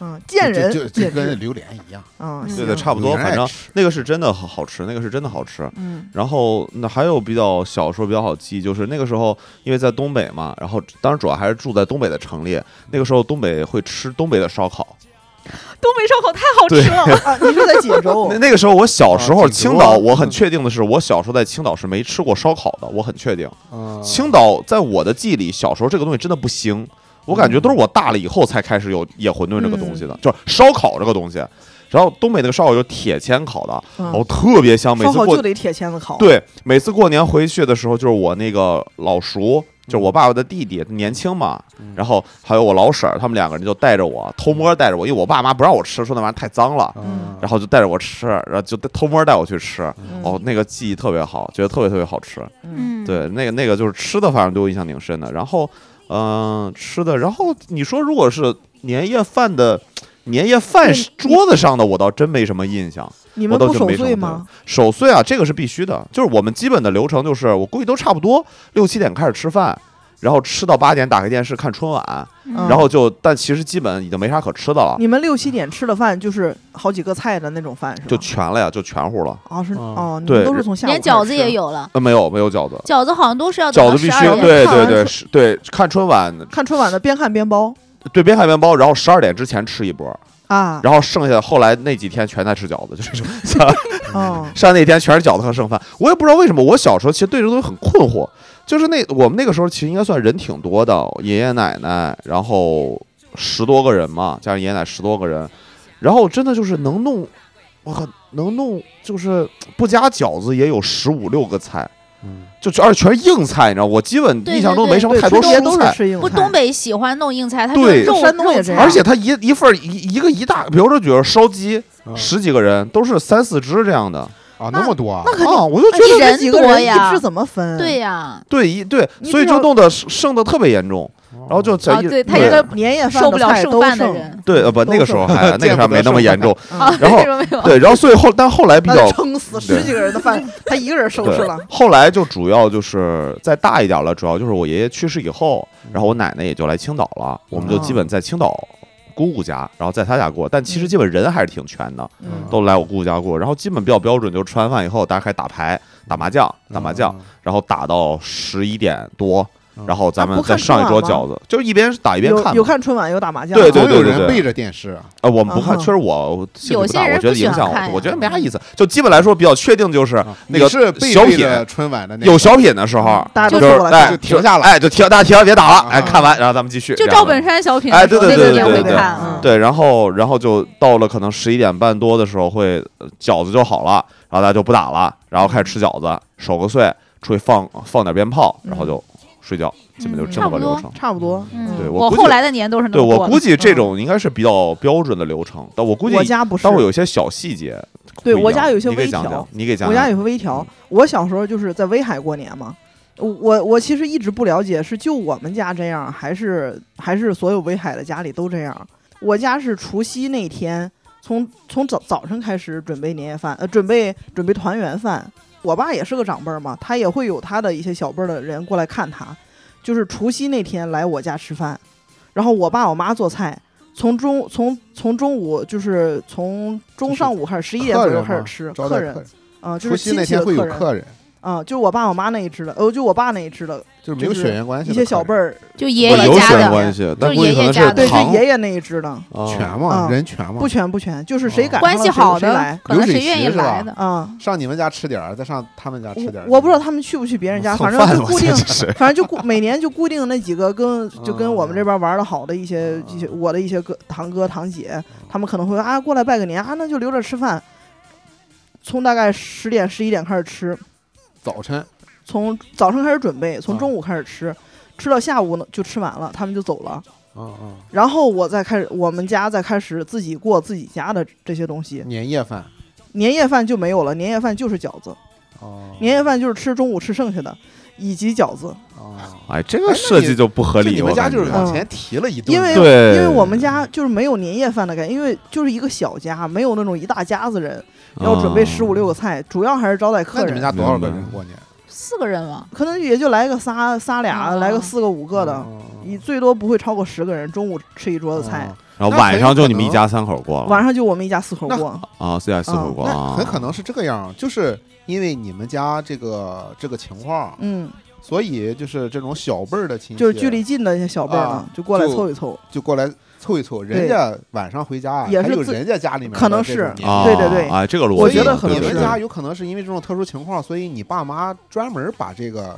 Speaker 1: 嗯，见人
Speaker 3: 就就就
Speaker 1: 见
Speaker 3: 跟
Speaker 1: 智
Speaker 3: 榴莲一样，
Speaker 1: 啊，
Speaker 5: 嗯
Speaker 2: 对
Speaker 1: 行
Speaker 2: 对，差不多，
Speaker 3: 有人爱
Speaker 2: 反正
Speaker 3: 吃
Speaker 2: 那个是真的好好吃，那个是真的好吃。
Speaker 1: 嗯
Speaker 2: 然后那还有比较小时候比较好记忆，就是那个时候因为在东北嘛，然后当然主要还是住在东北的城里，那个时候东北会吃东北的烧烤。
Speaker 5: 东北烧烤太好
Speaker 2: 对
Speaker 5: 吃了，
Speaker 1: 啊，你是在
Speaker 2: <laughs>
Speaker 1: 锦州
Speaker 2: 那那个时候我小时候
Speaker 3: 啊
Speaker 2: 青
Speaker 3: 锦州啊
Speaker 2: 岛，我很确定的是，我小时候在青岛是没吃过烧烤的，我很确定。
Speaker 3: 嗯
Speaker 2: 青岛在我的记忆里，小时候这个东西真的不兴，我感觉都是我大了以后才开始有野馄饨这个东西的，就是烧烤这个东西。然后东北那个烧烤就是铁签烤的，
Speaker 1: 嗯
Speaker 2: 哦，特别香。每
Speaker 1: 烧
Speaker 2: 次
Speaker 1: 烤
Speaker 2: 过
Speaker 1: 就得铁签子烤，
Speaker 2: 对，每次过年回去的时候，就是我那个老叔，就是
Speaker 1: 嗯
Speaker 2: 我爸爸的弟弟，年轻嘛，然后还有我老婶儿，他们两个人就带着我偷摸带着我，因为我爸妈不让我吃，说那玩意儿太脏
Speaker 1: 啊
Speaker 2: 了，
Speaker 3: 嗯
Speaker 2: 然后就带着我吃，然后就偷摸带我去吃。
Speaker 1: 嗯，
Speaker 2: 哦，那个记忆特别好，觉得特别特别好吃。
Speaker 1: 嗯，
Speaker 4: 嗯，
Speaker 2: 对，那个那个就是吃的，反正对我印象挺深的。然后，嗯、吃的，然后你说如果是年夜饭的。年夜饭
Speaker 1: 对
Speaker 2: 桌子上的我倒真没什么印象，
Speaker 1: 你
Speaker 2: 我
Speaker 1: 们
Speaker 2: 倒
Speaker 1: 不
Speaker 2: 就
Speaker 1: 守
Speaker 2: 没什么
Speaker 1: 岁
Speaker 2: 印
Speaker 1: 吗
Speaker 2: 象？？守岁啊，这个是必须的，就是我们基本的流程就是，我估计都差不多六七点开始吃饭，然后吃到八点打开电视看春晚，
Speaker 1: 嗯
Speaker 2: 然后就但其实基本已经没啥可吃的了，
Speaker 1: 你们六七点吃的饭就是好几个菜的那种饭是吧？
Speaker 2: 就全了呀，就全乎了。
Speaker 1: 哦是
Speaker 3: 嗯
Speaker 1: 哦，你
Speaker 2: 对
Speaker 1: 们都是从下午
Speaker 4: 连
Speaker 1: 开始
Speaker 4: 饺子也
Speaker 1: 吃，
Speaker 4: 有了，
Speaker 2: 呃，没有没有饺子，
Speaker 4: 饺子好像都是要等
Speaker 2: 饺
Speaker 4: 到
Speaker 2: 子必
Speaker 4: 十
Speaker 2: 须
Speaker 4: 二点
Speaker 2: 对
Speaker 1: 看
Speaker 2: 对
Speaker 1: 完
Speaker 2: 对
Speaker 1: 春
Speaker 2: 是对，看春晚
Speaker 1: 看春晚的边看边包
Speaker 2: 对边海面包，然后十二点之前吃一波，
Speaker 1: 啊，
Speaker 2: 然后剩下后来那几天全在吃饺
Speaker 1: <laughs>
Speaker 2: 子，就是像
Speaker 1: 嗯
Speaker 2: 上那天全是饺子和剩饭。我也不知道为什么，我小时候其实对这个东西很困惑，就是那我们那个时候其实应该算人挺多的，爷爷奶奶，然后十多个人嘛，加上爷爷奶奶十多个人，然后真的就是能弄，我靠，能弄就是不加饺子也有十五六个菜。
Speaker 3: 嗯
Speaker 2: 就而且全是硬菜，你知道，我基本
Speaker 4: 对
Speaker 2: 印象中
Speaker 4: 对对
Speaker 2: 没什么
Speaker 1: 嗯对，
Speaker 2: 太多
Speaker 1: 春节
Speaker 2: 蔬
Speaker 1: 都
Speaker 2: 菜
Speaker 1: 是。吃硬
Speaker 4: 不，
Speaker 1: 菜
Speaker 4: 东北喜欢弄硬菜，它
Speaker 2: 对
Speaker 4: 是肉
Speaker 1: 山东也
Speaker 4: 肉
Speaker 1: 这
Speaker 4: 菜，
Speaker 1: 样
Speaker 2: 而且它一一份儿一一个一大，比如说比如烧鸡，十几个人都是三四只这样的
Speaker 3: 啊那么多啊
Speaker 1: 那肯定
Speaker 2: 啊，我就觉
Speaker 1: 那你
Speaker 2: 得
Speaker 4: 人
Speaker 1: 这几个
Speaker 4: 多
Speaker 1: 人
Speaker 4: 呀
Speaker 1: 一致怎么分？
Speaker 4: 对
Speaker 1: 呀，
Speaker 4: 呀，
Speaker 2: 对一对，
Speaker 1: 你
Speaker 2: 所以
Speaker 1: 至少
Speaker 2: 就弄得剩的特别严重，
Speaker 3: 然
Speaker 2: 然后就在
Speaker 5: 啊
Speaker 2: 一
Speaker 5: 对他
Speaker 1: 他
Speaker 5: 一
Speaker 1: 一
Speaker 5: 个
Speaker 1: 个年嗯夜饭
Speaker 5: 受不了
Speaker 1: 的菜
Speaker 5: 剩
Speaker 1: 都
Speaker 5: 饭的
Speaker 1: 剩 <laughs>
Speaker 5: 人
Speaker 2: 对呃不那个时候还那个时候没那么严重，
Speaker 1: 啊，
Speaker 2: 然后
Speaker 5: 为什么没有？
Speaker 2: 对，然后所以后但后来比较
Speaker 1: 那撑死十几个人的饭，
Speaker 2: <laughs>
Speaker 1: 他一个人收拾
Speaker 2: 对
Speaker 1: 了，
Speaker 2: 后来就主要就是再大一点
Speaker 1: 嗯啊
Speaker 2: 了，主要就是我爷爷去世以后，然后我奶奶也就来青岛了，我们就基本在青岛姑姑家，然后在她家过，但其实基本人还是挺全的，
Speaker 1: 嗯
Speaker 2: 都来我姑姑家过。然后基本比较标准，就是吃完饭以后大家开始打牌、打麻将、打麻将，，然后打到十一点多，
Speaker 3: 嗯
Speaker 2: 然后咱
Speaker 1: 啊啊
Speaker 2: 们
Speaker 1: 不看
Speaker 2: 再上一桌
Speaker 1: 春晚
Speaker 2: 饺子，就是一边打一边看
Speaker 1: 有
Speaker 2: 嘛。
Speaker 1: 有看春晚，有打麻将，
Speaker 2: 对
Speaker 3: 总
Speaker 2: 对
Speaker 3: 有
Speaker 2: 对
Speaker 3: 人
Speaker 2: 对
Speaker 3: 背着电视啊，
Speaker 2: 啊，我们不看，
Speaker 1: 啊哈
Speaker 2: 确实我兴趣
Speaker 4: 有
Speaker 2: 不
Speaker 4: 些
Speaker 2: 大，我
Speaker 4: 人
Speaker 2: 觉得
Speaker 4: 不喜
Speaker 2: 影
Speaker 4: 欢
Speaker 2: 响
Speaker 4: 看
Speaker 2: 我，我觉
Speaker 4: 呀
Speaker 2: 得没啥意思。就基本来说，比较确定就是啊那
Speaker 3: 啊你
Speaker 2: 个
Speaker 3: 是背
Speaker 2: 小
Speaker 3: 背
Speaker 2: 品
Speaker 3: 着春晚的那
Speaker 2: 有
Speaker 3: 种
Speaker 2: 小品的时候，
Speaker 1: 嗯大家
Speaker 2: 就
Speaker 1: 都
Speaker 2: 是
Speaker 1: 坐过来
Speaker 2: 哎
Speaker 3: 就停下了
Speaker 2: 哎，就停，大家停了，别打了，哎，
Speaker 3: 啊
Speaker 2: 看完然后咱们继续。
Speaker 5: 就
Speaker 2: 这样
Speaker 5: 赵
Speaker 2: 的
Speaker 5: 本山小品
Speaker 2: 哎
Speaker 5: 的时候，
Speaker 2: 对
Speaker 5: 那
Speaker 2: 对
Speaker 5: 个
Speaker 2: 对
Speaker 5: 也
Speaker 2: 对
Speaker 5: 会看，
Speaker 2: 对
Speaker 1: 对
Speaker 4: 啊
Speaker 5: 嗯
Speaker 2: 对，然后然后就到了可能十一点半多的时候会呃饺子就好了，然后大家就不打了，然后开始吃饺子，守个岁，出去放放点鞭炮，然后就睡觉，基本就这么个流程。
Speaker 1: 差不多。
Speaker 4: 嗯
Speaker 2: 对
Speaker 5: 我
Speaker 2: 我估计
Speaker 5: 后来的年都是那
Speaker 2: 对
Speaker 5: 么
Speaker 2: 我
Speaker 5: 过的
Speaker 2: 估计这种应该是比较标准的流程，但我估计
Speaker 1: 我家不是
Speaker 2: 但，我有些小细节不一
Speaker 1: 对
Speaker 2: 样。
Speaker 1: 我家有些
Speaker 2: 你给
Speaker 1: 微
Speaker 2: 讲
Speaker 1: 调
Speaker 2: 讲，，你给讲
Speaker 1: 我
Speaker 2: 讲。
Speaker 1: 家有微调。我小时候就是在威海过年嘛，我我我其实一直不了解是就我们家这样，还是还是所有威海的家里都这样。我家是除夕那天，从从早早晨开始准备年夜饭，呃，准备准备团圆饭。我爸也是个长辈儿嘛，他也会有他的一些小辈儿的人过来看他，就是除夕那天来我家吃饭，然后我爸我妈做菜。从中从从中午就是从中上午开始十一点左右开始吃
Speaker 3: 招待
Speaker 1: 客人，啊，就
Speaker 3: 除
Speaker 1: 是
Speaker 3: 夕
Speaker 1: 亲
Speaker 3: 那
Speaker 1: 戚
Speaker 3: 天
Speaker 1: 的
Speaker 3: 会有
Speaker 1: 人，
Speaker 3: 客人，
Speaker 1: 啊，就我爸我妈那一支的，呃，就我爸那一支的，
Speaker 3: 就是嗯没有
Speaker 1: 就是
Speaker 3: 血缘关系
Speaker 1: 一
Speaker 3: 的
Speaker 1: 些小辈
Speaker 3: 儿
Speaker 1: 儿，
Speaker 4: 就
Speaker 2: 我
Speaker 4: 爷
Speaker 2: 有血
Speaker 4: 爷家
Speaker 2: 缘
Speaker 4: 的
Speaker 2: 关系，
Speaker 4: 就
Speaker 2: 但
Speaker 4: 是
Speaker 2: 估计
Speaker 4: 爷
Speaker 2: 可
Speaker 4: 爷
Speaker 2: 能
Speaker 4: 家
Speaker 2: 是
Speaker 4: 的
Speaker 1: 对，就
Speaker 2: 堂
Speaker 1: 爷爷那一支的，
Speaker 2: 啊
Speaker 3: 全嘛，
Speaker 1: 嗯
Speaker 3: 人全嘛
Speaker 1: 不，全不全，就是
Speaker 3: 嗯
Speaker 1: 谁赶上
Speaker 4: 关
Speaker 1: 了
Speaker 4: 系
Speaker 1: 谁
Speaker 4: 好
Speaker 1: 谁
Speaker 4: 的
Speaker 1: 来，
Speaker 4: 可能
Speaker 3: 流
Speaker 4: 谁
Speaker 3: 水
Speaker 4: 愿意
Speaker 3: 席是吧
Speaker 4: 来的。
Speaker 1: 啊。
Speaker 3: 上你们家吃点儿，再上他们嗯啊家吃点儿。
Speaker 1: 我我不知道他们去不去别人家，
Speaker 2: 蹭
Speaker 1: 反正
Speaker 2: 饭
Speaker 1: 就
Speaker 2: 我
Speaker 1: 固
Speaker 2: 觉
Speaker 1: 定哎
Speaker 2: 得，
Speaker 3: <laughs>
Speaker 2: 这是
Speaker 1: 反正就固每年就固定那几个跟就跟
Speaker 3: 嗯
Speaker 1: 我们这边玩的好的一些
Speaker 3: 啊
Speaker 1: 一些我的一些哥堂哥堂姐，
Speaker 3: 嗯
Speaker 1: 他们可能会啊过来拜个年啊，那就留着吃饭。从大概十点十一点开始吃，
Speaker 3: 早晨
Speaker 1: 从早上开始准备，从
Speaker 3: 啊
Speaker 1: 中午开始吃，吃到下午呢就吃完了，他们就走了。
Speaker 3: 啊啊，
Speaker 1: 然后我再开始，我们家再开始自己过自己家的这些东西。
Speaker 3: 年夜饭
Speaker 1: 年夜饭就没有了，年夜饭就是饺子，
Speaker 3: 哦，
Speaker 1: 年夜饭就是吃中午吃剩下的，以及饺子。
Speaker 3: 哦，
Speaker 2: <laughs> 哎，这个设计就不合
Speaker 3: 这
Speaker 2: 理。
Speaker 3: 你
Speaker 2: 我
Speaker 3: 们家
Speaker 2: 感
Speaker 3: 就是
Speaker 2: 觉啊
Speaker 3: 往前提了一顿，
Speaker 1: 因为
Speaker 2: 对
Speaker 1: 因为我们家就是没有年夜饭的概念，因为就是一个小家，没有那种一大家子人
Speaker 2: 嗯
Speaker 1: 要准备十五六个菜，主要还是招待
Speaker 3: 那
Speaker 1: 客
Speaker 3: 你们
Speaker 1: 人。
Speaker 3: 家多少个人过年？
Speaker 4: 四个人嘛，
Speaker 1: 可能也就来个仨仨俩，
Speaker 4: 哦
Speaker 1: 来个四个五个的，
Speaker 3: 哦
Speaker 1: 你最多不会超过十个人。中午吃一桌子菜，，
Speaker 3: 嗯
Speaker 2: 然后
Speaker 3: 那
Speaker 2: 晚
Speaker 3: 很
Speaker 2: 上
Speaker 3: 有
Speaker 2: 就
Speaker 3: 可
Speaker 2: 你们一
Speaker 3: 能
Speaker 2: 家三口过了，
Speaker 1: 晚上就我们一家四口
Speaker 3: 那
Speaker 1: 过。
Speaker 2: 啊，四家四口
Speaker 1: 嗯
Speaker 2: 过
Speaker 3: 那
Speaker 2: 啊，
Speaker 3: 很可能是这个样，就是因为你们家这个这个情况，
Speaker 1: 嗯，
Speaker 3: 所以就是这种小辈儿的亲戚，
Speaker 1: 就是距离近的一些小辈儿呢
Speaker 3: 啊，
Speaker 1: 就过来
Speaker 3: 就
Speaker 1: 凑一凑。
Speaker 3: 就过来凑一凑，人家晚上回家
Speaker 1: 也是
Speaker 3: 还有
Speaker 1: 自
Speaker 3: 人家家里面的
Speaker 1: 可能
Speaker 3: 这种
Speaker 1: 是
Speaker 3: 年
Speaker 2: 啊，
Speaker 3: 夜
Speaker 1: 对对对
Speaker 2: 哎，这个
Speaker 1: 我
Speaker 2: 逻辑
Speaker 1: 觉得
Speaker 2: 对
Speaker 1: 很
Speaker 3: 你
Speaker 2: 对
Speaker 3: 们
Speaker 2: 对
Speaker 3: 家有可能是因为这种特殊情况，所以你爸妈专门把这个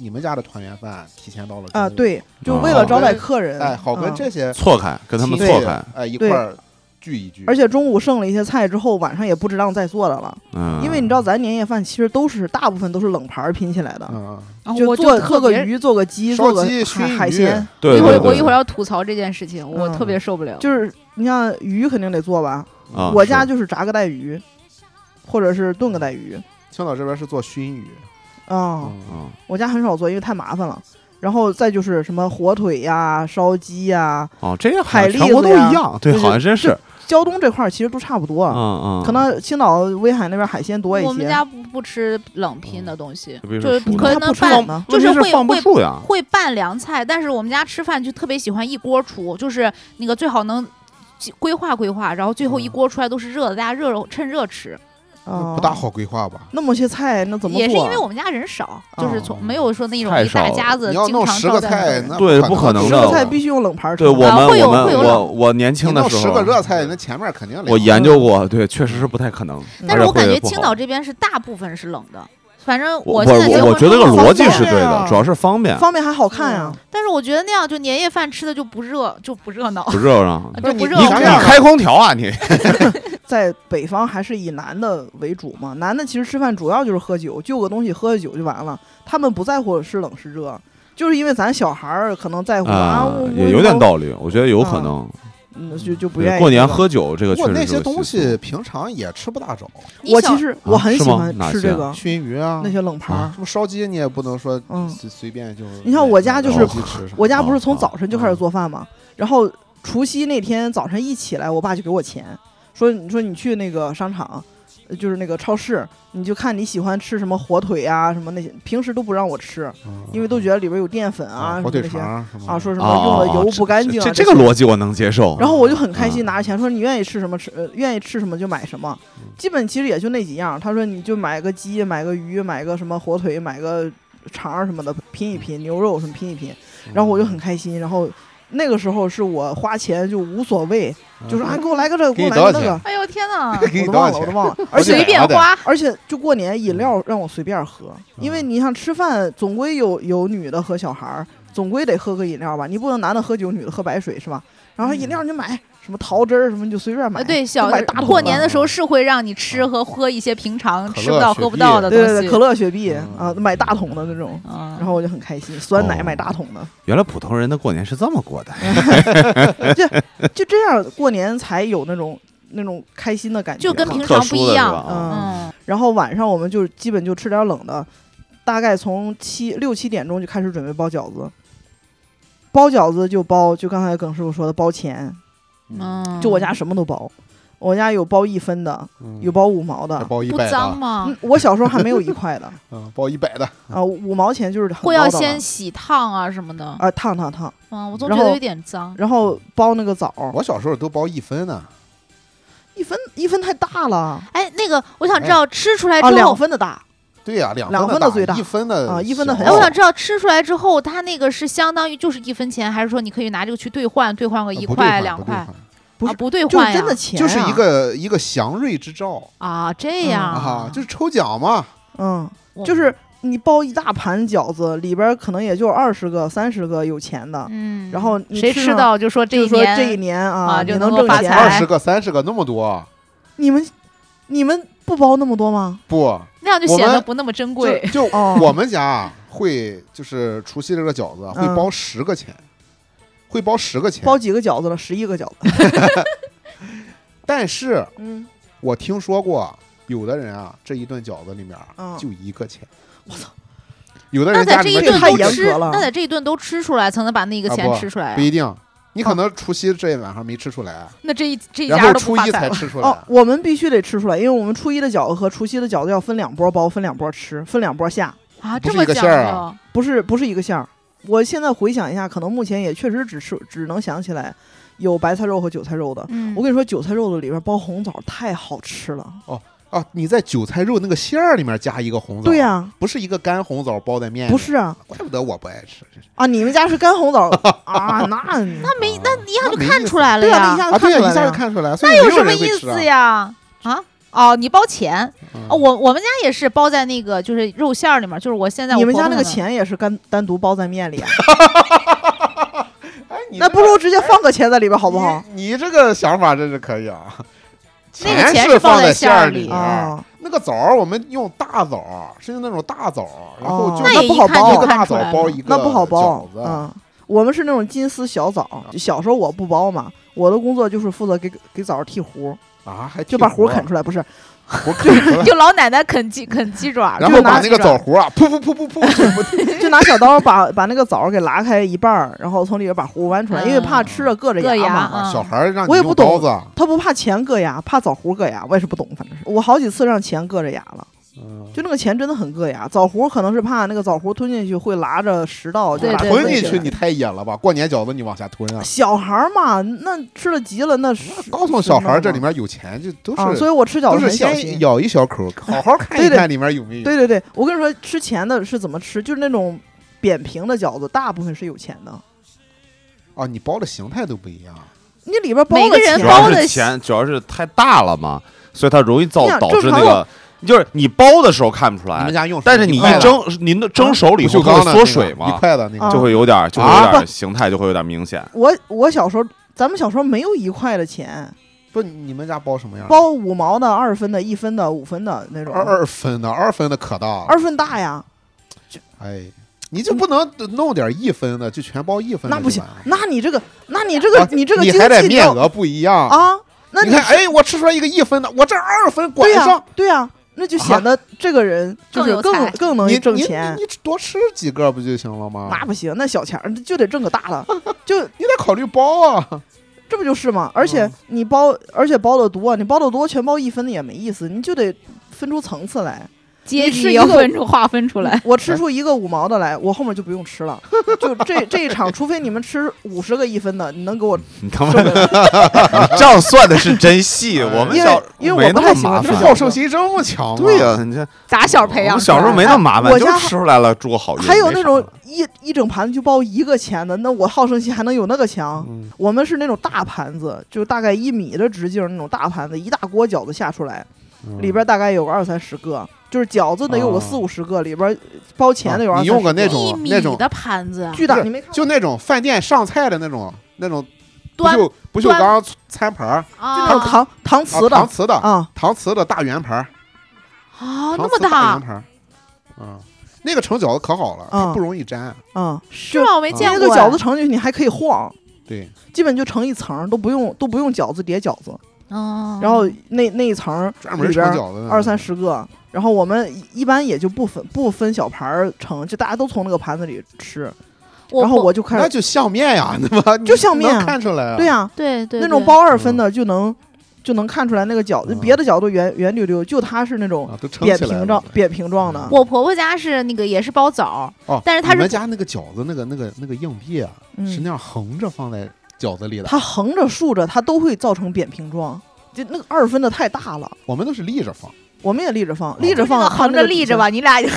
Speaker 3: 你们家的团圆饭提前到了
Speaker 1: 啊，
Speaker 4: 嗯
Speaker 3: 中午，
Speaker 1: 对，就
Speaker 2: 啊
Speaker 1: 为了招待客人，
Speaker 3: 哎，好跟
Speaker 1: 嗯
Speaker 3: 这些
Speaker 2: 错开，跟他们
Speaker 3: 亲戚
Speaker 2: 错开，
Speaker 3: 哎一
Speaker 1: 对
Speaker 3: 块儿聚一聚，
Speaker 1: 而且中午剩了一些菜之后，晚上也不值当再做的了，
Speaker 2: 嗯，
Speaker 1: 因为你知道咱年夜饭其实都是大部分都是冷盘儿拼起来的，
Speaker 3: 嗯，
Speaker 4: 然后
Speaker 1: 啊就
Speaker 4: 啊我
Speaker 1: 做
Speaker 4: 特
Speaker 1: 做个
Speaker 4: 别
Speaker 1: 鱼，做个鸡，
Speaker 3: 烧
Speaker 1: 做个
Speaker 3: 鸡
Speaker 1: 海
Speaker 3: 熏
Speaker 1: 海
Speaker 3: 鱼
Speaker 1: 鲜，
Speaker 2: 对，
Speaker 4: 一
Speaker 2: 对
Speaker 4: 会儿
Speaker 2: 对
Speaker 4: 我一会儿要吐槽这件事情，我
Speaker 1: 嗯
Speaker 4: 特别受不了。
Speaker 1: 就是你像鱼肯定得做吧，
Speaker 2: 啊
Speaker 1: 我家
Speaker 2: 是
Speaker 1: 就是炸个带鱼，或者是炖个带鱼
Speaker 3: 青岛这边是做熏鱼，
Speaker 1: 啊，
Speaker 3: 嗯
Speaker 2: 嗯
Speaker 1: 我家很少做，因为太麻烦了。然后再就是什么火腿呀、烧鸡呀，
Speaker 2: 哦，这些好
Speaker 1: 海
Speaker 2: 像
Speaker 1: 蛎
Speaker 2: 全国
Speaker 1: 子
Speaker 2: 都
Speaker 1: 呀
Speaker 2: 一样，对，
Speaker 1: 就是
Speaker 2: 好像真是
Speaker 1: 就，胶东这块儿其实都差不多，
Speaker 3: 啊
Speaker 2: 嗯嗯，
Speaker 1: 可能青岛、威海那边海鲜多一些。
Speaker 4: 我们家不不吃
Speaker 2: 嗯
Speaker 4: 冷拼的东西，
Speaker 2: 就比如
Speaker 4: 就
Speaker 2: 说
Speaker 4: 是
Speaker 2: 熟的
Speaker 1: 你们
Speaker 4: 可
Speaker 1: 家
Speaker 4: 能
Speaker 1: 不吃冷
Speaker 4: 拌
Speaker 1: 吗
Speaker 4: 就
Speaker 2: 问题
Speaker 4: 会
Speaker 2: 放不
Speaker 4: 会啊
Speaker 2: 住呀，
Speaker 4: 会拌凉菜，但是我们家吃饭就特别喜欢一锅出，就是那个最好能计规划规划，然后最后一
Speaker 3: 嗯
Speaker 4: 锅出来都是热的，大家热热趁热吃。
Speaker 1: 啊
Speaker 3: 不大好规划吧？
Speaker 1: 那么些菜，那怎么做？
Speaker 4: 也是因为我们家人少，就是
Speaker 3: 啊哦
Speaker 4: 从没有说那种
Speaker 2: 太
Speaker 4: 一大
Speaker 2: 少
Speaker 4: 家子
Speaker 3: 你要
Speaker 4: 经
Speaker 3: 弄
Speaker 4: 常
Speaker 3: 十
Speaker 4: 招
Speaker 3: 个
Speaker 4: 待客
Speaker 3: 菜，
Speaker 4: 人
Speaker 3: 那
Speaker 2: 对
Speaker 3: 不
Speaker 2: 不可能
Speaker 1: 十
Speaker 2: 的
Speaker 1: 个
Speaker 2: 我
Speaker 1: 菜必须用冷盘儿盛
Speaker 2: 对
Speaker 1: 的。
Speaker 2: 我
Speaker 4: 啊
Speaker 2: 们
Speaker 4: 会有
Speaker 2: 我
Speaker 4: 会
Speaker 2: 们
Speaker 4: 有
Speaker 2: 我我年轻
Speaker 3: 你
Speaker 2: 的
Speaker 3: 弄
Speaker 2: 时
Speaker 3: 十
Speaker 2: 候啊
Speaker 3: 个，热菜，那前面肯定
Speaker 2: 我
Speaker 3: 凉
Speaker 2: 研究过，对，确实是不太可能，
Speaker 1: 嗯
Speaker 2: 而
Speaker 4: 但是
Speaker 2: 且
Speaker 4: 我感
Speaker 2: 会
Speaker 4: 觉
Speaker 2: 不
Speaker 4: 青
Speaker 2: 好啊
Speaker 4: 岛这边是大部分是冷的，反正
Speaker 2: 我
Speaker 4: 现在结
Speaker 2: 我
Speaker 4: 婚
Speaker 2: 我觉得
Speaker 4: 之
Speaker 2: 这个
Speaker 4: 后
Speaker 2: 逻辑是
Speaker 1: 方
Speaker 2: 对的，
Speaker 1: 便
Speaker 2: 主要是方便，
Speaker 1: 方便还好看呀、
Speaker 4: 但是我觉得那样就年夜饭吃的就不热就不热闹，
Speaker 2: 不热闹。
Speaker 4: 就不
Speaker 3: 你
Speaker 4: 热
Speaker 2: 你
Speaker 3: 想
Speaker 4: 乎
Speaker 2: 你
Speaker 3: 想
Speaker 2: 开空调啊你？
Speaker 1: 在北方还是以男的为主嘛，男的其实吃饭主要就是喝酒，就个东西喝酒就完了，他们不在乎是冷是热，就是因为咱小孩儿可能在乎啊，
Speaker 2: 啊
Speaker 1: 我，
Speaker 2: 也有点，道理，我觉得有可能。
Speaker 1: 我嗯，就就不
Speaker 2: 对
Speaker 1: 愿意
Speaker 2: 过年
Speaker 1: 这个。
Speaker 2: 喝酒这个
Speaker 3: 不
Speaker 2: 确
Speaker 3: 过
Speaker 2: 实
Speaker 3: 那
Speaker 2: 是
Speaker 3: 些
Speaker 2: 个
Speaker 3: 东
Speaker 2: 习俗
Speaker 3: 西平常也吃不大着，
Speaker 4: 你
Speaker 1: 我
Speaker 4: 小
Speaker 1: 其实我很喜欢
Speaker 2: 啊是吗
Speaker 1: 吃这个、
Speaker 3: 熏鱼啊，
Speaker 1: 那些冷盘儿
Speaker 3: 什，么烧鸡你也不能说
Speaker 1: 嗯，
Speaker 3: 随随便就。
Speaker 1: 你像我家就是
Speaker 3: 买东西吃什么
Speaker 1: 我家不是从
Speaker 2: 啊
Speaker 1: 早晨就开始做饭嘛，然后除夕那天早晨一起来，我爸就给我钱，说你说你去那个商场，呃就是那个超市，你就看你喜欢吃什么火腿啊，什么那些，平时都不让我吃，因为都觉得里边有淀粉啊，
Speaker 3: 嗯火
Speaker 1: 什么
Speaker 3: 腿
Speaker 1: 那些
Speaker 3: 肠
Speaker 1: 啊，
Speaker 3: 儿
Speaker 1: 说
Speaker 3: 什么的
Speaker 1: 什么用
Speaker 2: 哦
Speaker 1: 的油不干净啊、
Speaker 2: 这
Speaker 1: 这
Speaker 2: 这个逻辑我能接受。
Speaker 1: 然后我就很开心，
Speaker 2: 嗯
Speaker 1: 拿着钱说你愿意吃什么吃，呃，愿意吃什么就买什么，基本其实也就那几样。他说你就买个鸡，买个鱼，买个什么火腿，买个肠儿什么的拼一拼，牛肉什么拼一拼。
Speaker 3: 嗯
Speaker 1: 然后我就很开心，然后。那个时候是我花钱就无所谓，
Speaker 3: 嗯
Speaker 1: 就是啊，给我来个这，
Speaker 3: 给
Speaker 1: 我
Speaker 3: 你
Speaker 1: 来个
Speaker 3: 多少
Speaker 1: 那个，
Speaker 4: 哎呦天哪
Speaker 3: 给
Speaker 1: 我
Speaker 3: 你
Speaker 1: 都
Speaker 3: 多少
Speaker 1: 忘了，我都忘了。
Speaker 3: 钱？<laughs> 而
Speaker 1: 而
Speaker 3: 且
Speaker 1: 且
Speaker 4: 随便花，
Speaker 1: 而且就过年饮料让我随便喝，
Speaker 3: 嗯
Speaker 1: 因为你想吃饭，总归有有女的和小孩儿，总归得喝个饮料吧，你不能男的喝酒，女的喝白水是吧？然
Speaker 3: 嗯
Speaker 1: 后饮料你就买什么桃汁儿什么你就随便买，
Speaker 4: 呃，对，小
Speaker 1: 就买大桶
Speaker 4: 过
Speaker 1: 的嗯
Speaker 4: 年的时候是会让你吃和喝一些平常
Speaker 3: 可
Speaker 4: 吃不
Speaker 3: 乐
Speaker 4: 到、
Speaker 3: 雪
Speaker 4: 喝不
Speaker 3: 碧
Speaker 4: 到的东
Speaker 1: 啊对
Speaker 4: 西。
Speaker 1: 对对，可乐、雪碧
Speaker 3: 嗯
Speaker 1: 啊，买大桶的那种。
Speaker 4: 嗯，
Speaker 1: 然后我就很开心，酸奶
Speaker 2: 哦
Speaker 1: 买大桶的，
Speaker 2: 原来普通人的过年是这么过的，
Speaker 1: 就这样过年才有那种那种开心的感觉
Speaker 4: 就
Speaker 1: 嘛。
Speaker 4: 跟平
Speaker 2: 特
Speaker 4: 常不
Speaker 2: 殊
Speaker 4: 一
Speaker 2: 的是
Speaker 4: 样。
Speaker 2: 吧？
Speaker 1: 嗯，
Speaker 4: 嗯，
Speaker 1: 然后晚上我们就基本就吃点冷的，大概从七六七点钟就开始准备包饺子。包饺子就包，就刚才耿师傅说的包钱，
Speaker 4: 嗯，
Speaker 1: 就我家什么都包，我家有包一分的，
Speaker 3: 嗯
Speaker 1: 有包五毛的
Speaker 3: 还。包一
Speaker 4: 不
Speaker 3: 百
Speaker 4: 脏
Speaker 3: 的，啊
Speaker 4: 吗
Speaker 1: 嗯？我小时候还没有一块
Speaker 3: <laughs>
Speaker 1: 的
Speaker 3: 嗯，包一百
Speaker 1: <laughs>
Speaker 3: 的，
Speaker 1: 啊，五毛钱就是很
Speaker 4: 会
Speaker 1: 高
Speaker 4: 要
Speaker 1: 的了
Speaker 4: 先洗烫啊什么的。
Speaker 1: 啊烫烫烫，
Speaker 4: 嗯，我总
Speaker 1: 然
Speaker 4: 觉得
Speaker 1: 后
Speaker 4: 有点脏。
Speaker 1: 然后包那个枣，
Speaker 3: 我小时候都包一分呢，
Speaker 1: 一分一分太大了
Speaker 4: 哎，那个，我想知道吃出来
Speaker 1: 啊，
Speaker 4: 哎之
Speaker 1: 两
Speaker 4: 后，
Speaker 1: 分的大，
Speaker 3: 对呀，两
Speaker 1: 两
Speaker 3: 分
Speaker 1: 分
Speaker 3: 的
Speaker 1: 的最大
Speaker 3: 一分的
Speaker 1: 啊一分的很
Speaker 4: 哎，
Speaker 1: 小
Speaker 4: 我
Speaker 1: 哦
Speaker 4: 想知道吃出来之后，它那个是相当于就是一分钱，还是说你可以拿这个去兑换，兑
Speaker 1: 呃
Speaker 4: 换个一
Speaker 3: 不对
Speaker 4: 块
Speaker 3: 换
Speaker 4: 两
Speaker 3: 不对
Speaker 4: 块？
Speaker 3: 换
Speaker 1: 不
Speaker 4: 啊，
Speaker 1: 是
Speaker 4: 不兑
Speaker 1: 就
Speaker 4: 换
Speaker 1: 是
Speaker 4: 呀
Speaker 1: 真的钱啊，
Speaker 3: 就是一个一个祥瑞之兆
Speaker 4: 啊，这样
Speaker 3: 啊，就是抽奖嘛，
Speaker 1: 嗯，
Speaker 4: 我
Speaker 1: 就是你包一大盘饺子，里边儿可能也就二十个、三十个有钱的，
Speaker 4: 嗯，
Speaker 1: 然后你
Speaker 4: 谁
Speaker 1: 吃
Speaker 4: 吃
Speaker 1: 上
Speaker 4: 到就说
Speaker 1: 就
Speaker 4: 一
Speaker 1: 是说
Speaker 4: 年
Speaker 1: 这一年啊
Speaker 4: 啊
Speaker 1: 你
Speaker 4: 就能
Speaker 1: 能
Speaker 4: 够
Speaker 1: 挣
Speaker 4: 发
Speaker 1: 钱。
Speaker 4: 财
Speaker 3: 二十个、三十个那么多，
Speaker 1: 你们你们不包那么多吗？
Speaker 3: 不，
Speaker 4: 那样就
Speaker 3: 我
Speaker 4: 显得
Speaker 3: 们
Speaker 4: 不那么珍
Speaker 3: 就
Speaker 4: 贵。
Speaker 1: <laughs>
Speaker 3: 就
Speaker 1: 哦
Speaker 3: 我们家会就是除夕这个饺子会
Speaker 1: 嗯
Speaker 3: 包十个钱，会包十个钱，
Speaker 1: 包几个饺子了？十一个饺子。
Speaker 3: 但是
Speaker 1: 嗯，
Speaker 3: 我听说过有的人啊，这一顿饺子里面啊
Speaker 1: 嗯
Speaker 3: 就一个钱，我操，有的人
Speaker 4: 那
Speaker 3: 家
Speaker 4: 在这
Speaker 3: 里
Speaker 4: 一
Speaker 3: 面
Speaker 1: 这
Speaker 4: 顿
Speaker 1: 个太
Speaker 4: 都
Speaker 1: 严
Speaker 4: 吃，
Speaker 1: 格了
Speaker 4: 那在这一顿都吃出来，才能把那个
Speaker 3: 啊
Speaker 4: 钱
Speaker 3: 不
Speaker 4: 吃出来
Speaker 3: 不
Speaker 4: 呀。
Speaker 3: 一定，你可能除夕这晚上没吃出来，
Speaker 4: 那这一这一
Speaker 3: 然
Speaker 4: 家
Speaker 3: 后
Speaker 4: 都不
Speaker 3: 初
Speaker 4: 发
Speaker 3: 一
Speaker 4: 财
Speaker 3: 才
Speaker 4: 了。
Speaker 3: 吃出
Speaker 1: 哦
Speaker 3: 来，，
Speaker 1: 我们必须得吃出来，因为我们初一的饺子和除夕的饺子要分两波包，分两波吃，分两波下，
Speaker 4: 啊，
Speaker 3: 不
Speaker 4: 这
Speaker 3: 是
Speaker 4: 么
Speaker 3: 一个
Speaker 4: 讲
Speaker 3: 馅儿
Speaker 4: 究
Speaker 3: 啊，
Speaker 1: 不是不是一个馅儿。我现在回想一下，可能目前也确实只吃只能想起来有白菜肉和韭菜肉的。
Speaker 4: 嗯
Speaker 1: 我跟你说，韭菜肉的里边包红枣太好吃了。
Speaker 3: 啊，你在韭菜肉那个馅儿里面加一个红枣，
Speaker 1: 对呀、
Speaker 3: 不是一个干红枣包在面里，
Speaker 1: 不是啊
Speaker 3: 怪不得我不爱吃，真是
Speaker 1: 啊，你们家是干红
Speaker 3: <laughs>
Speaker 1: 枣啊？那你
Speaker 4: 那没那一下
Speaker 3: 哦那
Speaker 4: 就
Speaker 3: 没意
Speaker 4: 看
Speaker 3: 思
Speaker 4: 出来了
Speaker 1: 对啊，那
Speaker 4: 呀
Speaker 1: 一，下
Speaker 3: 啊，
Speaker 1: 就看
Speaker 3: 对
Speaker 1: 出来
Speaker 3: 呀，一
Speaker 1: 了
Speaker 3: 下就
Speaker 1: 呀。
Speaker 3: 看出来，所以
Speaker 4: 那有
Speaker 3: 没
Speaker 4: 什么
Speaker 3: 人会
Speaker 4: 意
Speaker 3: 吃啊
Speaker 4: 思呀？啊哦，你包钱
Speaker 3: 嗯
Speaker 4: 哦，我我们家也是包在那个就是肉馅儿里面，就是我现在
Speaker 1: 你
Speaker 4: 我
Speaker 1: 们
Speaker 4: 婆
Speaker 1: 家
Speaker 4: 婆
Speaker 1: 那个
Speaker 4: 们
Speaker 1: 钱也是干单独包在面里啊？
Speaker 3: 哎你
Speaker 1: 那
Speaker 3: 这
Speaker 1: 不如直接放个钱在里边好不好？
Speaker 3: 你？你这个想法真是可
Speaker 1: <laughs>
Speaker 3: 以啊！
Speaker 4: 那个钱
Speaker 3: 是
Speaker 4: 是放
Speaker 3: 在
Speaker 4: 在馅儿
Speaker 3: 儿
Speaker 4: 里
Speaker 3: 面
Speaker 1: 啊，
Speaker 3: 那个枣儿我们用大枣儿，是用那种大枣儿，然后就
Speaker 1: 哦
Speaker 4: 那
Speaker 1: 那
Speaker 4: 也
Speaker 1: 不
Speaker 4: 一
Speaker 1: 好
Speaker 4: 看
Speaker 1: 包
Speaker 3: 一
Speaker 4: 就
Speaker 3: 个
Speaker 4: 看
Speaker 3: 大
Speaker 4: 出
Speaker 3: 枣
Speaker 4: 来
Speaker 3: 包
Speaker 4: 了。
Speaker 3: 一个
Speaker 1: 那不好包
Speaker 3: 饺。子，啊
Speaker 1: 嗯，我们是那种金丝小枣，就小时候我不包嘛，我的工作就是负责给给枣剃核，
Speaker 3: 啊，还
Speaker 1: 就把核
Speaker 3: 核
Speaker 1: 啃出 <laughs> 来，不是？
Speaker 3: 来，核啃出来，
Speaker 4: 就老奶奶啃鸡啃鸡爪儿，
Speaker 3: 然
Speaker 4: 就
Speaker 3: 后
Speaker 4: 拿
Speaker 3: 把那
Speaker 4: 鸡
Speaker 3: 个
Speaker 4: 爪
Speaker 3: 枣
Speaker 4: 儿
Speaker 3: 核
Speaker 1: <laughs>
Speaker 3: 啊，噗噗噗噗噗噗，
Speaker 1: 就拿小刀把把那个枣给拉开一半儿，然后从里边把核剜出来，因为怕吃着硌着
Speaker 4: 嗯硌
Speaker 1: 牙
Speaker 4: 牙
Speaker 1: 嘛。
Speaker 4: 嗯
Speaker 3: 啊小孩儿让你
Speaker 1: 我也
Speaker 3: 用
Speaker 1: 不懂
Speaker 3: 刀子，
Speaker 1: 他不怕钱硌牙，怕枣核硌牙，我也是不懂，反正是我好几次让钱硌着牙了。
Speaker 3: 嗯
Speaker 1: 就那个钱真的很硌牙，枣核可能是怕那个枣核吞进去会拉着食道，就
Speaker 4: 对
Speaker 1: 拉
Speaker 4: 对
Speaker 1: 着
Speaker 3: 吞
Speaker 1: 胃
Speaker 3: 进去
Speaker 1: 来
Speaker 3: 你太野了吧？过年饺子你往下吞
Speaker 1: <laughs>
Speaker 3: 啊！
Speaker 1: 小孩儿嘛，那吃了急了，那是
Speaker 3: 告诉小孩儿这里面有钱就都
Speaker 1: 啊，所
Speaker 3: 是
Speaker 1: 以我吃饺
Speaker 3: 都
Speaker 1: 子
Speaker 3: 是
Speaker 1: 很小心
Speaker 3: 先。咬一小口，好
Speaker 1: <laughs>
Speaker 3: 好看一
Speaker 1: 对对
Speaker 3: 看里面有没有。
Speaker 1: 对对对，我跟你说，吃钱的是怎么吃，就是那种扁平的饺子，大部分是有钱的，
Speaker 3: 啊，你包的形态都不一样。
Speaker 1: 你里边包
Speaker 4: 每
Speaker 1: 了
Speaker 4: 个人
Speaker 1: 钱
Speaker 2: 主
Speaker 4: 包
Speaker 2: 要
Speaker 4: 的
Speaker 2: 是钱，主要是太大了嘛，所以它容易造
Speaker 1: 你想
Speaker 2: 导
Speaker 1: 正
Speaker 2: 致
Speaker 1: 常
Speaker 2: 那个，就是你包的时候看不出
Speaker 3: 你们
Speaker 2: 来，
Speaker 3: 家用手
Speaker 2: 但是你
Speaker 3: 筷
Speaker 2: 一
Speaker 3: 子
Speaker 2: 蒸，你那蒸熟了以后
Speaker 3: 不锈
Speaker 2: 它
Speaker 3: 钢
Speaker 2: 会
Speaker 3: 的
Speaker 2: 缩水
Speaker 3: 那个一
Speaker 2: 嘛，
Speaker 3: 块的那
Speaker 1: 啊
Speaker 3: 个，
Speaker 2: 就会有点就会
Speaker 3: 啊
Speaker 2: 有点形态就会有点明显。
Speaker 1: 我我小时候，咱们小时候没有一块的
Speaker 3: 啊
Speaker 1: 钱，
Speaker 3: 不，你们家包什么样？
Speaker 1: 包五毛的、二分的、一分的、五分的那种，
Speaker 3: 二二分的，二分的可大了。
Speaker 1: 二分大呀，
Speaker 3: 哎，你就不能弄点一分的，就全包一分的
Speaker 1: 那不
Speaker 3: 就
Speaker 1: 行
Speaker 3: 完了，
Speaker 1: 那你这个，那你这个，
Speaker 3: 啊
Speaker 1: 你这个
Speaker 3: 你
Speaker 1: 经
Speaker 3: 还得
Speaker 1: 济
Speaker 3: 面
Speaker 1: 要
Speaker 3: 额不一样。
Speaker 1: 啊，那
Speaker 3: 你看，哎，我吃出来一个一分的，我这二分管
Speaker 1: 对啊呀、
Speaker 3: 上，啊
Speaker 1: 对呀、那就显得这个人就是
Speaker 4: 更
Speaker 1: 更
Speaker 4: 有才
Speaker 1: 更能
Speaker 3: 你
Speaker 1: 哦挣
Speaker 3: 你
Speaker 1: 钱
Speaker 3: 你。你多吃几个不就行了吗？
Speaker 1: 那不行，那小钱儿就得挣个大的，就
Speaker 3: 你得考虑包啊。
Speaker 1: 这不就是吗？而且
Speaker 3: 嗯
Speaker 1: 你包，而且包的多，你包的多，全包一分的也没意思，你就得分出层次来。
Speaker 4: 阶
Speaker 1: 是
Speaker 4: 级
Speaker 1: 一
Speaker 4: 要
Speaker 1: 个
Speaker 4: 分出划分出 <laughs> 来。
Speaker 1: 我
Speaker 3: 哎
Speaker 1: 吃出一个五毛的来，我后面就不用吃
Speaker 3: <laughs>
Speaker 1: 了。就这这一场，除非你们吃五十个一分的，你能给
Speaker 3: <laughs>
Speaker 1: 我
Speaker 2: 你他妈
Speaker 1: 收回来？
Speaker 2: <laughs> 账算的是真细，我们
Speaker 1: 因
Speaker 2: 小
Speaker 1: 为因为
Speaker 2: 没
Speaker 1: 我不
Speaker 2: 那
Speaker 1: 太
Speaker 2: 么
Speaker 1: 喜
Speaker 2: 麻
Speaker 1: 欢吃
Speaker 2: 烦。
Speaker 1: 饺
Speaker 3: 好胜
Speaker 1: 子。
Speaker 3: 心这么强吗？啊
Speaker 2: 对呀、你这
Speaker 4: 打小
Speaker 3: 哦
Speaker 4: 培
Speaker 2: 我
Speaker 4: 养
Speaker 2: 们
Speaker 4: 出来
Speaker 2: 小
Speaker 4: 的，
Speaker 2: 时候没那么麻
Speaker 1: 哎
Speaker 2: 烦，
Speaker 1: 我
Speaker 2: 就
Speaker 1: 家
Speaker 2: 吃出来了，住个好院。
Speaker 1: 还有
Speaker 2: 没
Speaker 1: 那
Speaker 2: 啥
Speaker 1: 种一一整盘子就包一个钱的，那我好胜心还能有那个强？
Speaker 3: 嗯，
Speaker 1: 我们是那种大盘子，就大概一米的直径那种大盘子，一大锅饺子下出来，
Speaker 3: 嗯
Speaker 1: 里边大概有个二三十个，就是饺子得有个
Speaker 3: 哦
Speaker 1: 四五十个，里边包钱的有
Speaker 3: 啊
Speaker 1: 二
Speaker 3: 你
Speaker 1: 三
Speaker 3: 用
Speaker 1: 十
Speaker 3: 个那
Speaker 4: 一
Speaker 3: 种
Speaker 4: 米
Speaker 3: 那种
Speaker 4: 的盘子啊，
Speaker 1: 巨大，
Speaker 3: 是
Speaker 1: 你没看
Speaker 3: 就
Speaker 1: 过
Speaker 3: 那种饭店上菜的那种那种不
Speaker 4: 端
Speaker 3: 锈不锈
Speaker 4: 端
Speaker 3: 钢餐盘儿，
Speaker 1: 那种
Speaker 4: 啊
Speaker 1: 搪搪
Speaker 3: 啊
Speaker 1: 瓷的
Speaker 3: 搪瓷的
Speaker 1: 啊，哦
Speaker 3: 搪瓷的大圆盘儿，
Speaker 4: 啊，
Speaker 3: 搪
Speaker 4: 那
Speaker 3: 瓷大圆
Speaker 4: 么大
Speaker 3: 盘儿，嗯，那个盛饺子可好了，它
Speaker 1: 嗯
Speaker 3: 不容易粘，
Speaker 1: 嗯，
Speaker 4: 是吗？我没
Speaker 3: 啊
Speaker 4: 见
Speaker 1: 那
Speaker 4: 过
Speaker 1: 个饺子
Speaker 4: 哎
Speaker 1: 盛进去你还可以晃，
Speaker 3: 对，
Speaker 1: 基本就盛一层儿，都不用都不用饺子叠饺子，
Speaker 4: 哦，
Speaker 1: 然后那那一层儿
Speaker 3: 专
Speaker 1: 里
Speaker 3: 门盛
Speaker 1: 边
Speaker 3: 饺子的嗯
Speaker 1: 二三，十个，然后我们一一般也就不分不分小盘儿盛，就大家都从那个盘子里吃，
Speaker 4: 我
Speaker 1: 然后
Speaker 4: 我
Speaker 1: 我就开
Speaker 3: 那
Speaker 1: 始
Speaker 3: 就像面呀，那么
Speaker 1: 就像面啊
Speaker 3: 能看出来啊，
Speaker 1: 对呀、
Speaker 4: 对对
Speaker 1: 那种
Speaker 4: 对
Speaker 1: 包二分的就能就能看出来那个饺子，
Speaker 3: 嗯
Speaker 1: 别的饺子圆圆溜溜，就它是那种
Speaker 3: 啊，都撑
Speaker 1: 扁
Speaker 3: 起来
Speaker 1: 平
Speaker 3: 了
Speaker 1: 状。扁平状的。
Speaker 4: 我婆婆家是那个也是包枣，
Speaker 3: 哦，
Speaker 4: 但是它
Speaker 3: 你
Speaker 4: 是
Speaker 3: 们家那个饺子那个那个那个硬币啊，是
Speaker 1: 嗯，
Speaker 3: 那样横着放在饺子里的，
Speaker 1: 它横着竖着它都会造成扁平状，就那个二分的太大了。
Speaker 3: 我们都是立着放。
Speaker 1: 我们也立着
Speaker 3: 哦
Speaker 1: 放，立着
Speaker 4: 这
Speaker 1: 放，
Speaker 4: 个
Speaker 1: 它
Speaker 4: 横
Speaker 1: 那
Speaker 4: 着
Speaker 1: 个
Speaker 4: 立
Speaker 1: 底
Speaker 4: 着
Speaker 1: 下
Speaker 4: 吧，。你
Speaker 1: <laughs>
Speaker 4: 俩就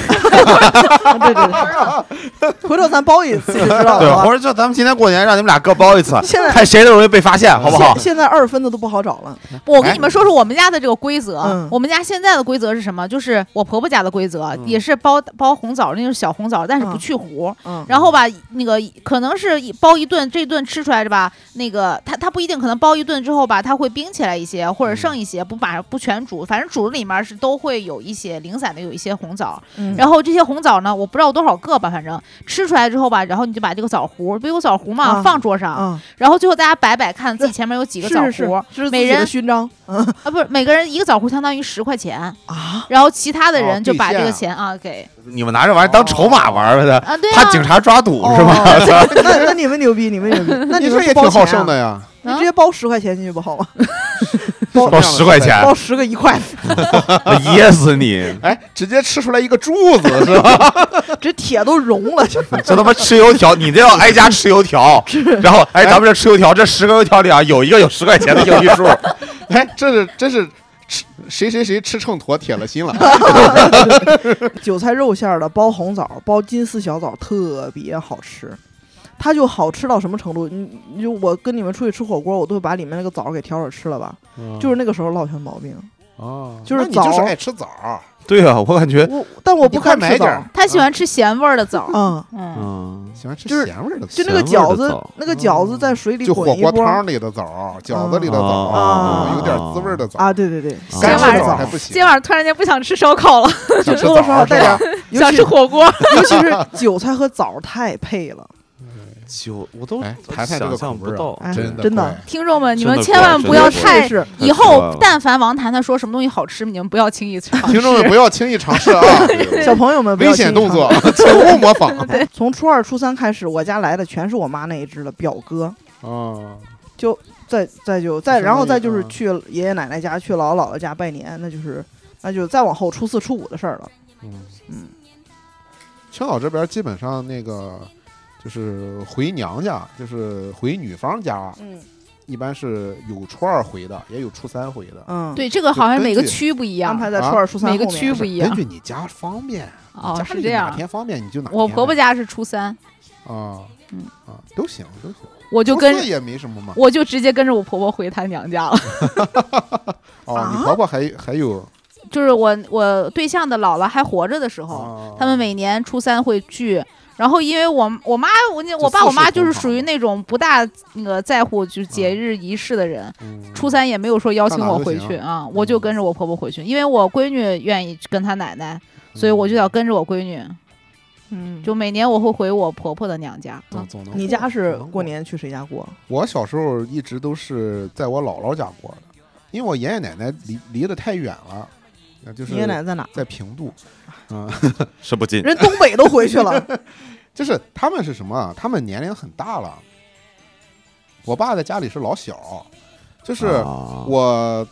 Speaker 1: 对对对，
Speaker 3: <laughs>
Speaker 1: 回头咱包一次就知道
Speaker 2: 对，
Speaker 1: 了
Speaker 2: 或
Speaker 1: 啊。
Speaker 2: 者就咱们今天过年让你们俩各
Speaker 1: <laughs>
Speaker 2: 包一次，
Speaker 1: 现
Speaker 3: <laughs>
Speaker 1: 在
Speaker 2: 看谁的容易被发现，好不好
Speaker 1: 现？现在二分的都不好找了。
Speaker 4: 我跟你们说说我们家的这个规则，
Speaker 1: 哎嗯
Speaker 4: 我们家现在的规则是什么？就是我婆婆家的规则，
Speaker 3: 嗯
Speaker 4: 也是包包红枣，那就是小红枣，但是不
Speaker 1: 嗯
Speaker 4: 去核。
Speaker 1: 嗯，
Speaker 4: 然后吧，那个可能是一包一顿，这顿吃出来的吧，那个它它不一定，可能包一顿之后吧，它会冰起来一些，或者剩一些，不把不全煮，反正煮的里面是都会有一些零散的，有一些红枣。
Speaker 1: 嗯
Speaker 4: 然后这些红枣呢，我不知道有多少个吧，反正吃出来之后吧，然后你就把这个枣核，不有枣核嘛，
Speaker 1: 啊
Speaker 4: 放桌上，
Speaker 1: 啊，
Speaker 4: 然后最后大家摆摆看自己前面有几
Speaker 1: 是
Speaker 4: 个枣核
Speaker 1: 是是，这是自
Speaker 4: 每
Speaker 1: 己的
Speaker 4: 人
Speaker 1: 勋章。嗯
Speaker 4: 啊，不是每个人一个枣核相当于十块钱，
Speaker 1: 啊，
Speaker 4: 然后其他的人
Speaker 3: 哦
Speaker 4: 就把
Speaker 3: 兑
Speaker 4: 这
Speaker 3: 现啊
Speaker 4: 个钱啊给
Speaker 2: 你们拿这玩意儿当筹码玩儿呗，
Speaker 4: 啊，对啊
Speaker 2: 怕，警察抓赌是吧？
Speaker 1: 哦
Speaker 3: <laughs>
Speaker 1: 那那你们牛逼，你们牛逼，那
Speaker 3: 你
Speaker 1: 你
Speaker 3: 说
Speaker 1: 们
Speaker 3: 也
Speaker 1: 不包
Speaker 3: 挺好
Speaker 1: 钱啊
Speaker 3: 胜的呀，
Speaker 4: 嗯
Speaker 1: 你直接包十块钱进去不好吗？包
Speaker 2: 包十块钱，
Speaker 1: 包十个一块， <laughs>
Speaker 2: 噎死你！ <laughs>
Speaker 3: 哎，直接吃出来一个柱子是吧？ <laughs>
Speaker 1: 这铁都融了，就
Speaker 2: 这他妈吃油条，你这要挨家吃油
Speaker 1: <laughs>
Speaker 2: 条，然后哎，咱们这吃油条，这十个油条里啊，有一个有十块钱
Speaker 1: <laughs>
Speaker 2: 的硬币数，
Speaker 3: 哎，这是这是吃谁谁谁吃秤砣铁了心了，
Speaker 1: <laughs> 韭菜肉馅儿的，包红枣，包金丝小枣，特别好吃。它就好吃到什么程度？你你就我跟你们出去吃火锅，我都会把里面那个枣儿给挑着吃了吧。
Speaker 3: 嗯
Speaker 1: 就是那个时候落下的毛病，
Speaker 3: 哦，
Speaker 1: 就是
Speaker 3: 那你就是
Speaker 1: 枣
Speaker 3: 爱吃枣儿，
Speaker 2: 对啊，我感觉，
Speaker 1: 我但我不
Speaker 3: 哎你快
Speaker 1: 看
Speaker 3: 买
Speaker 1: 吃枣
Speaker 3: 点
Speaker 1: 儿
Speaker 3: 儿，
Speaker 4: 他喜欢吃咸味儿的枣，
Speaker 1: 嗯，
Speaker 4: 嗯，
Speaker 2: 嗯，
Speaker 3: 喜欢吃
Speaker 1: 就是
Speaker 3: 咸味儿的，嗯
Speaker 1: 就那个
Speaker 2: 咸味儿
Speaker 1: 饺
Speaker 2: 的
Speaker 1: 子
Speaker 2: 枣，
Speaker 1: 那个饺子在水里
Speaker 3: 就火
Speaker 1: 滚一
Speaker 3: 锅
Speaker 1: 波
Speaker 3: 汤里的枣儿，饺子里的枣儿，
Speaker 1: 啊
Speaker 3: 嗯有点滋味儿的枣儿，
Speaker 1: 啊，对对对，
Speaker 2: 啊
Speaker 3: 干
Speaker 1: 干吃
Speaker 3: 吃枣儿
Speaker 1: 枣
Speaker 3: 还
Speaker 1: 儿，
Speaker 3: 不
Speaker 5: 今
Speaker 3: 行，
Speaker 5: 晚上突然间不想吃烧烤了，
Speaker 4: <laughs>
Speaker 3: 想吃
Speaker 1: 多多少
Speaker 3: 枣
Speaker 1: 少
Speaker 3: 儿
Speaker 1: 带
Speaker 3: 是
Speaker 1: 点
Speaker 3: 吧
Speaker 1: 儿？，尤
Speaker 5: 想
Speaker 1: 其
Speaker 5: 吃火锅。
Speaker 1: 尤其是韭菜和枣儿太配了，
Speaker 3: 哦
Speaker 2: 就我都
Speaker 3: 哎谈谈这个
Speaker 2: 想象
Speaker 3: 口
Speaker 2: 不
Speaker 3: 味儿
Speaker 2: 到
Speaker 3: 啊，
Speaker 1: 哎
Speaker 3: 真的
Speaker 1: 真的
Speaker 3: 贵
Speaker 5: 听众们，你
Speaker 2: 真
Speaker 5: 们
Speaker 2: 的
Speaker 5: 千万
Speaker 2: 怪
Speaker 5: 不要
Speaker 2: 真的
Speaker 5: 太
Speaker 1: 是是
Speaker 4: 以
Speaker 2: 太奇
Speaker 4: 后
Speaker 2: 怪了
Speaker 4: 但凡王谈他说什么东西好吃，你哦们不要轻易尝试。
Speaker 3: 听众们不要轻易尝试啊，
Speaker 1: 小朋友们不要
Speaker 3: 危险
Speaker 1: 轻易
Speaker 3: 动
Speaker 1: 尝
Speaker 3: 作，请勿模仿
Speaker 1: 从初二、初三开始，我家来的全是我妈那一支的表哥，
Speaker 3: 啊。
Speaker 1: 再再就再
Speaker 3: 就是
Speaker 1: 然后
Speaker 3: 那
Speaker 1: 再
Speaker 3: 一
Speaker 1: 就是
Speaker 3: 嗯
Speaker 1: 去爷爷奶奶家、去姥姥姥姥家拜年，那就是那就再往后初四、初五的事儿了。
Speaker 3: 嗯
Speaker 1: 嗯，
Speaker 3: 青岛这边基本上那个就是回娘家，就是回女方家，
Speaker 1: 嗯
Speaker 3: 一般是有初二回的，也有初三回的。
Speaker 1: 嗯，，
Speaker 4: 对，这个好像
Speaker 3: 就根
Speaker 4: 每个
Speaker 3: 据
Speaker 4: 区不一
Speaker 1: 安
Speaker 4: 样
Speaker 1: 排在初
Speaker 3: 啊
Speaker 1: 二、初三
Speaker 4: 每个
Speaker 1: 后面
Speaker 4: 区
Speaker 3: 就
Speaker 4: 不
Speaker 3: 是
Speaker 4: 一样
Speaker 3: 根据你家方便，你
Speaker 4: 哦
Speaker 3: 家，
Speaker 4: 是
Speaker 3: 里
Speaker 4: 这
Speaker 3: 哪
Speaker 4: 样。
Speaker 3: 天方便你就哪天呗。
Speaker 4: 我婆婆家是初三，
Speaker 3: 啊，
Speaker 4: 嗯
Speaker 3: 啊，都行都行，
Speaker 4: 我就
Speaker 3: 初
Speaker 4: 跟
Speaker 3: 四也没什么嘛。
Speaker 4: 我就直接跟着我婆婆回她娘家了。 <laughs>
Speaker 3: 哦，你婆婆还还有
Speaker 4: 就是我我对象的姥姥还活着的时候，
Speaker 3: 啊，
Speaker 4: 哦他们每年初三会聚。然后因为我我妈我那我爸
Speaker 3: 四
Speaker 4: 我妈
Speaker 3: 世
Speaker 4: 就
Speaker 3: 同
Speaker 4: 是
Speaker 3: 堂
Speaker 4: 属于那种不大那个在乎就是节日仪式的人，
Speaker 3: 嗯
Speaker 4: 初三也没有说邀请我回
Speaker 3: 上
Speaker 4: 去
Speaker 3: 哪嗯都
Speaker 4: 啊，我就跟着我婆婆回去，因为我闺女愿意跟她奶奶，所以我就要跟着我闺女。
Speaker 1: 嗯，
Speaker 4: 就每年我会回我婆婆的娘家。
Speaker 3: 总总能
Speaker 1: 你
Speaker 3: 过
Speaker 1: 家是
Speaker 3: 总能
Speaker 1: 过年去谁家过？
Speaker 3: 我小时候一直都是在我姥姥家过的，因为我爷爷奶奶离离得太远了，呃就是
Speaker 1: 爷爷奶奶在哪？
Speaker 3: 在平度，嗯、 <laughs>
Speaker 2: 是不进，
Speaker 1: 人东北都回去了，
Speaker 3: 就是他们是什么啊？他们年龄很大了，我爸在家里是老小，就是
Speaker 2: 啊
Speaker 3: 我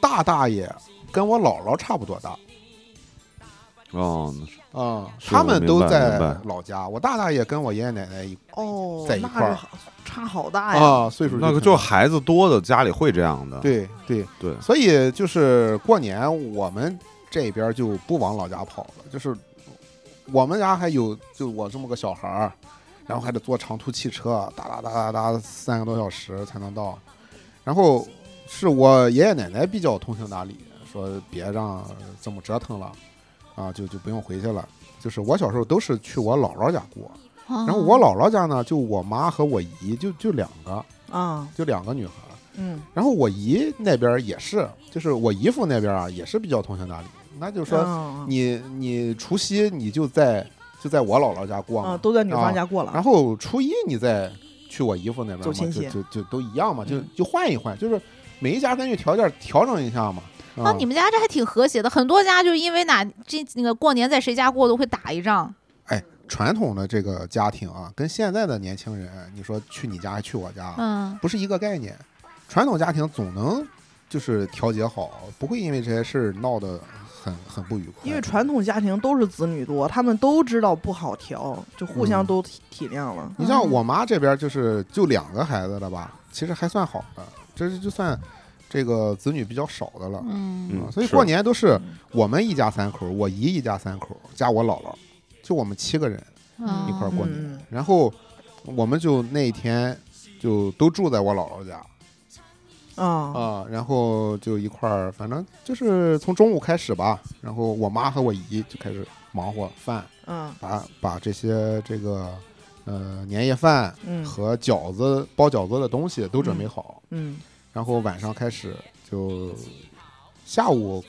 Speaker 3: 大大爷跟我姥姥差不多大
Speaker 2: 哦，那是
Speaker 3: 啊、
Speaker 2: 是
Speaker 3: 他
Speaker 2: 我
Speaker 3: 们
Speaker 2: 明
Speaker 3: 都
Speaker 2: 白
Speaker 3: 在
Speaker 2: 明白
Speaker 3: 老家。我大大爷跟我爷爷奶奶一
Speaker 1: 哦，
Speaker 3: 在一
Speaker 1: 那
Speaker 3: 块儿
Speaker 1: 就好差好大哎呀。
Speaker 3: 啊，岁数
Speaker 2: 那个
Speaker 3: 就
Speaker 2: 就
Speaker 3: 很
Speaker 2: 孩子多的家里会这样的，
Speaker 3: 对对
Speaker 2: 对
Speaker 3: 所以就是过年我们这边就不往老家跑了，就是我们家还有就我这么个小孩儿，然后还得坐长途汽车，哒哒哒哒哒三个多小时才能到。然后是我爷爷奶奶比较通情达理，说别让这么折腾了，啊，就就不用回去了。就是我小时候都是去我姥姥家过，
Speaker 4: 然
Speaker 3: 然后
Speaker 1: 哦
Speaker 3: 我姥姥家呢，就我妈和我姨，就就两个，
Speaker 1: 啊，
Speaker 3: 就两个女孩儿。
Speaker 1: 嗯，
Speaker 3: 然后我姨那边儿也是，就是我姨父那边儿啊，也是比较通情达理。那就说
Speaker 1: 啊
Speaker 3: 你你除夕你就在就在我姥姥家过嘛，
Speaker 1: 啊，都在女方家过了
Speaker 3: 然。后初一你再去我姨父那边儿
Speaker 1: 走
Speaker 3: 嘛，
Speaker 1: 亲
Speaker 3: 就
Speaker 1: 戚
Speaker 3: 就就都一样嘛，就
Speaker 1: 嗯
Speaker 3: 就换一换，就是每一家根据条件调整一下嘛。啊
Speaker 4: 啊，你们家这还挺和谐的，很多家就是因为哪这那个过年在谁家过都会打一仗。
Speaker 3: 传统的这个家庭啊，跟现在的年轻人，你说去你家还去我
Speaker 2: 啊
Speaker 3: 家，啊
Speaker 4: 嗯，
Speaker 3: 不是一个概念。传统家庭总能就是调节好，不会因为这些事儿闹得很很不愉快。
Speaker 1: 因为传统家庭都是子女多，他们都知道不好调，就互相
Speaker 3: 嗯
Speaker 1: 都体体谅了。
Speaker 3: 你
Speaker 4: 嗯
Speaker 3: 像我妈这边就是就两个孩子了吧，其实还算好的，这是就算这个子女比较少的了。
Speaker 4: 嗯，
Speaker 3: 啊
Speaker 2: 嗯，
Speaker 3: 所以
Speaker 2: 是
Speaker 3: 过年都是我们一家三口，我姨一家三口加我姥姥，就我们七个人
Speaker 4: 嗯
Speaker 3: 一块儿过年。
Speaker 1: 嗯
Speaker 3: 然后我们就那一天就都住在我姥姥家
Speaker 1: 啊
Speaker 3: 啊，然后就一块儿，反正就是从中午开始吧，然后我妈和我姨就开始忙活饭，
Speaker 1: 啊
Speaker 3: 把把这些这个呃年夜饭
Speaker 1: 嗯
Speaker 3: 和饺子包饺子的东西都准备好，
Speaker 1: 嗯
Speaker 3: 然后晚上开始就下午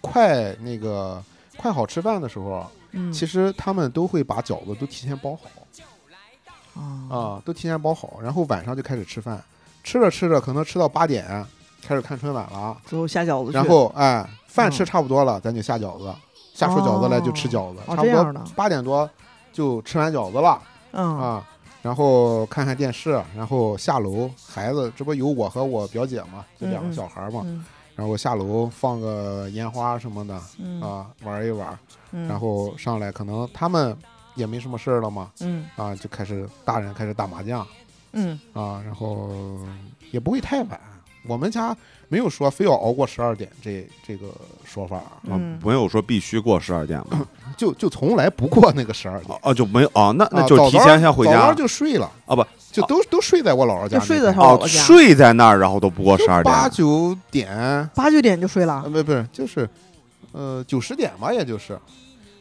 Speaker 3: 快那个快好吃饭的时候，
Speaker 1: 嗯，
Speaker 3: 其实他们都会把饺子都提前包好
Speaker 1: 啊
Speaker 3: 啊，都提前包好，然后晚上就开始吃饭，吃着吃着可能吃到八点开始看春晚了，
Speaker 1: 最后下饺子去，嗯
Speaker 3: 然后哎饭吃差不多了，咱就下饺子，下出饺子来就吃饺子，
Speaker 1: 哦
Speaker 3: 差不
Speaker 1: 这样的
Speaker 3: 多八点多就吃完饺子了。
Speaker 1: 嗯
Speaker 3: 啊，然后看看电视，然后下楼，孩子，这不有我和我表姐嘛，就
Speaker 1: 嗯
Speaker 3: 两
Speaker 1: 嗯
Speaker 3: 个小孩嘛，
Speaker 1: 嗯
Speaker 3: 然后下楼放个烟花什么的
Speaker 1: 嗯
Speaker 3: 啊，玩一玩，
Speaker 1: 嗯，
Speaker 3: 然后上来可能他们也没什么事儿了嘛，
Speaker 1: 嗯
Speaker 3: 啊，就开始大人开始打麻将
Speaker 1: 嗯
Speaker 3: 啊，然后也不会太晚。我们家没有说非要熬过十二点这这个说法，
Speaker 2: 啊
Speaker 1: 嗯，
Speaker 2: 没有说必须过十二点嘛，
Speaker 3: 就就从来不过那个十二点，
Speaker 2: 哦，就没有啊，那那
Speaker 3: 啊
Speaker 2: 就
Speaker 3: 早
Speaker 2: 提
Speaker 3: 早
Speaker 2: 前先 <laughs> 回
Speaker 3: 早
Speaker 2: 家
Speaker 3: 早就睡了
Speaker 2: 啊不，
Speaker 3: 就都都睡在我姥姥家那边，
Speaker 1: 就睡在姥姥
Speaker 2: 哦，
Speaker 1: 家
Speaker 2: 睡在那儿，然后都不过
Speaker 3: 就
Speaker 2: 十二点，
Speaker 3: 八九点，啊，
Speaker 1: 八九点就睡了，
Speaker 3: 不不是，就是，呃，九十点吧，也就是。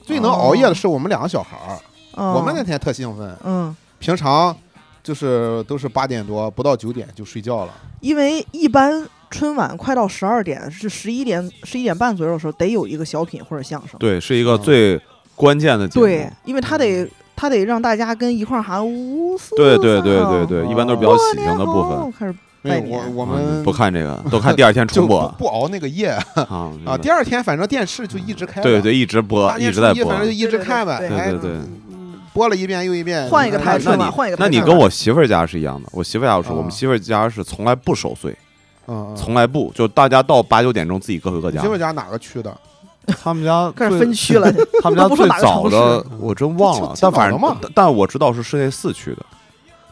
Speaker 3: 最能熬
Speaker 1: 哦
Speaker 3: 夜的是我们两个小孩儿，
Speaker 1: 我
Speaker 3: 我们那天特兴奋，
Speaker 1: 嗯，
Speaker 3: 平常就是都是八点多，不到九点就睡觉了。
Speaker 1: 因为一般春晚快到十二点是十一点十一点半左右的时候，得有一个小品或者相声，
Speaker 2: 对，是一个最关键的节目，
Speaker 1: 对，因为他得他得让大家跟一块儿喊五四
Speaker 2: 对对对对
Speaker 1: 三
Speaker 2: 对，
Speaker 3: 哦
Speaker 2: 一般都是比较
Speaker 1: 过
Speaker 2: 喜
Speaker 1: 年
Speaker 2: 庆的部分
Speaker 1: 好，开始
Speaker 3: 没
Speaker 1: 拜
Speaker 3: 有，我
Speaker 1: 年啊
Speaker 3: 我
Speaker 2: 我
Speaker 3: 们
Speaker 2: 嗯不看这个，都看第二天
Speaker 3: 就
Speaker 2: 重播
Speaker 3: 不不熬那个夜啊，
Speaker 2: <laughs> 啊就是
Speaker 3: 第二天反正电视就一直开，
Speaker 2: 对，对，一直播
Speaker 3: 大，
Speaker 2: 一
Speaker 3: 年
Speaker 2: 直
Speaker 3: 初
Speaker 2: 在
Speaker 3: 一
Speaker 2: 播
Speaker 3: 反。正就一直看呗，
Speaker 1: 对
Speaker 2: 对
Speaker 3: 哎
Speaker 2: 对嗯对，
Speaker 3: 播了一遍又一遍，
Speaker 1: 换一个台
Speaker 3: 哎
Speaker 1: 春
Speaker 2: 那
Speaker 1: 晚，
Speaker 2: 你
Speaker 1: 换一个台
Speaker 2: 那你
Speaker 1: 春
Speaker 2: 跟
Speaker 1: 晚
Speaker 2: 我媳妇儿家是一样的，我媳妇儿家是我们
Speaker 3: 啊
Speaker 2: 媳妇儿家是从来不守岁，
Speaker 1: 啊
Speaker 3: 嗯，
Speaker 2: 从来不，就大家到八九点钟自己各回各
Speaker 3: 你
Speaker 2: 家
Speaker 3: 媳。妇家哪个区的？
Speaker 2: 他们家
Speaker 1: 开始
Speaker 2: 最
Speaker 1: 分区了，
Speaker 2: 他们家
Speaker 1: 都不说
Speaker 2: 最
Speaker 1: 哪个
Speaker 2: 早
Speaker 1: 城市
Speaker 2: 的我真忘了
Speaker 3: 青，
Speaker 2: 但
Speaker 3: 青岛
Speaker 2: 反
Speaker 3: 的
Speaker 2: 正
Speaker 3: 嘛
Speaker 2: 但但我知道是市内四区的，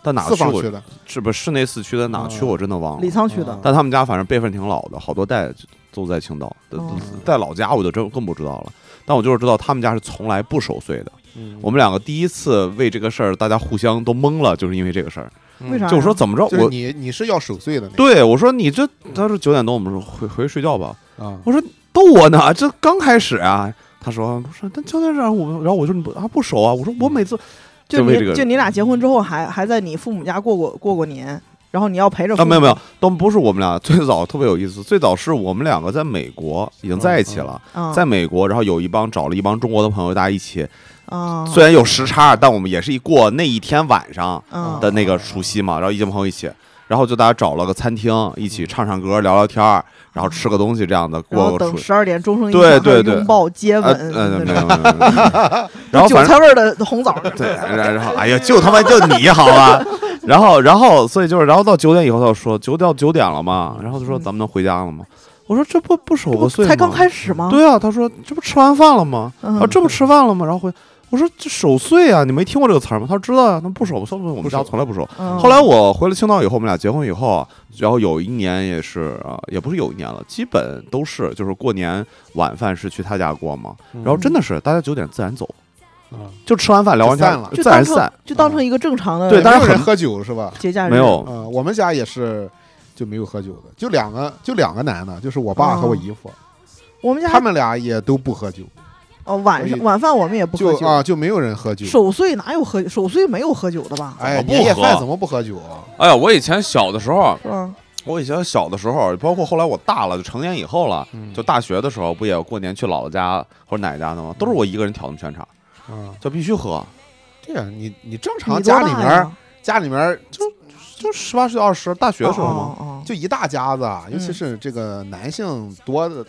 Speaker 2: 但哪
Speaker 3: 四
Speaker 2: 个区
Speaker 3: 方
Speaker 2: 我
Speaker 3: 区的，
Speaker 2: 是不是市内四区的哪个区
Speaker 3: 哦
Speaker 2: 我真的忘了
Speaker 1: 啊李。沧区的
Speaker 3: 嗯，
Speaker 2: 但他们家反正辈分挺老的，好多代都在青岛，
Speaker 1: 哦
Speaker 2: 在老家我就真更不知道了。但我就是知道他们家是从来不守岁
Speaker 1: 嗯
Speaker 2: 的。我们两个第一次为这个事儿，大家互相都懵了，就是因为这个事儿。
Speaker 1: 为啥呀？
Speaker 2: 就我说怎么着，
Speaker 3: 就是
Speaker 2: 我
Speaker 3: 你你是要守岁的那个
Speaker 2: 对我说你这，他说九点多，我们说回回去睡觉吧。
Speaker 3: 啊
Speaker 2: 我说逗我呢，这刚开始啊。他说不是，但九点整我，然后我就不啊不熟啊。我说我每次
Speaker 1: 就
Speaker 2: 就为这
Speaker 1: 你
Speaker 2: 个
Speaker 1: 就你俩结婚之后还还在你父母家过过过过年，然后你要陪着父
Speaker 2: 啊
Speaker 1: 母
Speaker 2: 没有没有，都不是我们俩 <laughs> 最早特别有意思，最早是我们两个在美国已经在一起了，
Speaker 1: 啊
Speaker 2: 在美国，然后有一帮找了一帮中国的朋友，大家一起，
Speaker 1: 啊
Speaker 2: 虽然有时差，但我们也是一过那一天晚上
Speaker 1: 啊
Speaker 2: 的那个除夕嘛，然后一群朋友一起，然后就大家找了个餐厅，一起唱唱歌、聊聊天儿，然后吃个东西这样的
Speaker 1: 然
Speaker 2: 过
Speaker 1: 后
Speaker 2: 个除
Speaker 1: 等。十二点钟声一响，
Speaker 2: 对
Speaker 1: 还有
Speaker 2: 对对
Speaker 1: 拥抱接
Speaker 2: 呃
Speaker 1: 吻，
Speaker 2: 呃，
Speaker 1: 那
Speaker 2: 没
Speaker 1: 种
Speaker 2: 有没有，没有
Speaker 1: <laughs>
Speaker 2: 没有然后
Speaker 1: 韭
Speaker 2: 反正
Speaker 1: 菜味儿的红枣儿，
Speaker 2: 对，然然后哎呀，就他妈就你好吧，然后，然后，所以就是，然后到九点以后，他就说九点九点了嘛，然后他说
Speaker 1: 嗯
Speaker 2: 咱们能回家了吗？我说这不不守
Speaker 1: 不
Speaker 2: 个岁吗？
Speaker 1: 才刚开始吗？
Speaker 2: 对啊，他说这不吃完饭了吗？
Speaker 1: 嗯
Speaker 2: 啊，这不吃饭了吗？然后回我说这守岁啊，你没听过这个词儿吗？他说知道啊，那不守，算不我们
Speaker 3: 不
Speaker 2: 家
Speaker 3: 守
Speaker 2: 从来不守。
Speaker 1: 嗯
Speaker 2: 后来我回了青岛以后，我们俩结婚以后，然后有一年也是啊，也不是有一年了，基本都是就是过年晚饭是去他家过嘛，然后真的是大家九点自然走，
Speaker 1: 啊
Speaker 3: 嗯
Speaker 2: 就吃完饭聊完天
Speaker 3: 就散了
Speaker 1: 就
Speaker 2: 自然
Speaker 1: 当成
Speaker 2: 散，嗯
Speaker 1: 就当成一个正常的
Speaker 2: 对
Speaker 3: 也没
Speaker 2: 当然
Speaker 3: 有人
Speaker 2: 很
Speaker 3: 喝酒是吧？
Speaker 1: 节假日
Speaker 2: 没有
Speaker 3: 嗯，我们家也是就没有喝酒的，就两个就两个男的，就是我爸
Speaker 1: 啊
Speaker 3: 和我姨夫，
Speaker 1: 我们家
Speaker 3: 他们俩也都不喝酒，
Speaker 1: 哦晚
Speaker 3: 所
Speaker 1: 上
Speaker 3: 以
Speaker 1: 晚饭我们也不喝
Speaker 3: 就
Speaker 1: 酒，
Speaker 3: 啊就没有人喝酒。
Speaker 1: 守岁哪有喝守岁没有喝酒的吧？
Speaker 3: 哎，
Speaker 2: 怎么啊不
Speaker 3: 年夜
Speaker 2: 喝
Speaker 3: 饭怎么不喝酒啊？
Speaker 2: 哎呀，我以前小的时候，
Speaker 1: 是吧？
Speaker 2: 我以前小的时候，包括后来我大了，就成年以后了，
Speaker 3: 嗯
Speaker 2: 就大学的时候，不也过年去姥姥家或者奶奶家的吗？都是我一个人挑他们全场，
Speaker 3: 啊，
Speaker 2: 就必须喝，
Speaker 3: 对呀，你你正
Speaker 1: 你
Speaker 3: 常
Speaker 1: 多
Speaker 3: 家
Speaker 1: 大
Speaker 3: 里面
Speaker 1: 呀
Speaker 3: 儿家里面儿
Speaker 2: 就十八岁到二十，大学的时候嘛。
Speaker 1: 哦哦
Speaker 3: 就一大家子，啊，尤其
Speaker 1: 嗯
Speaker 3: 是这个男性多的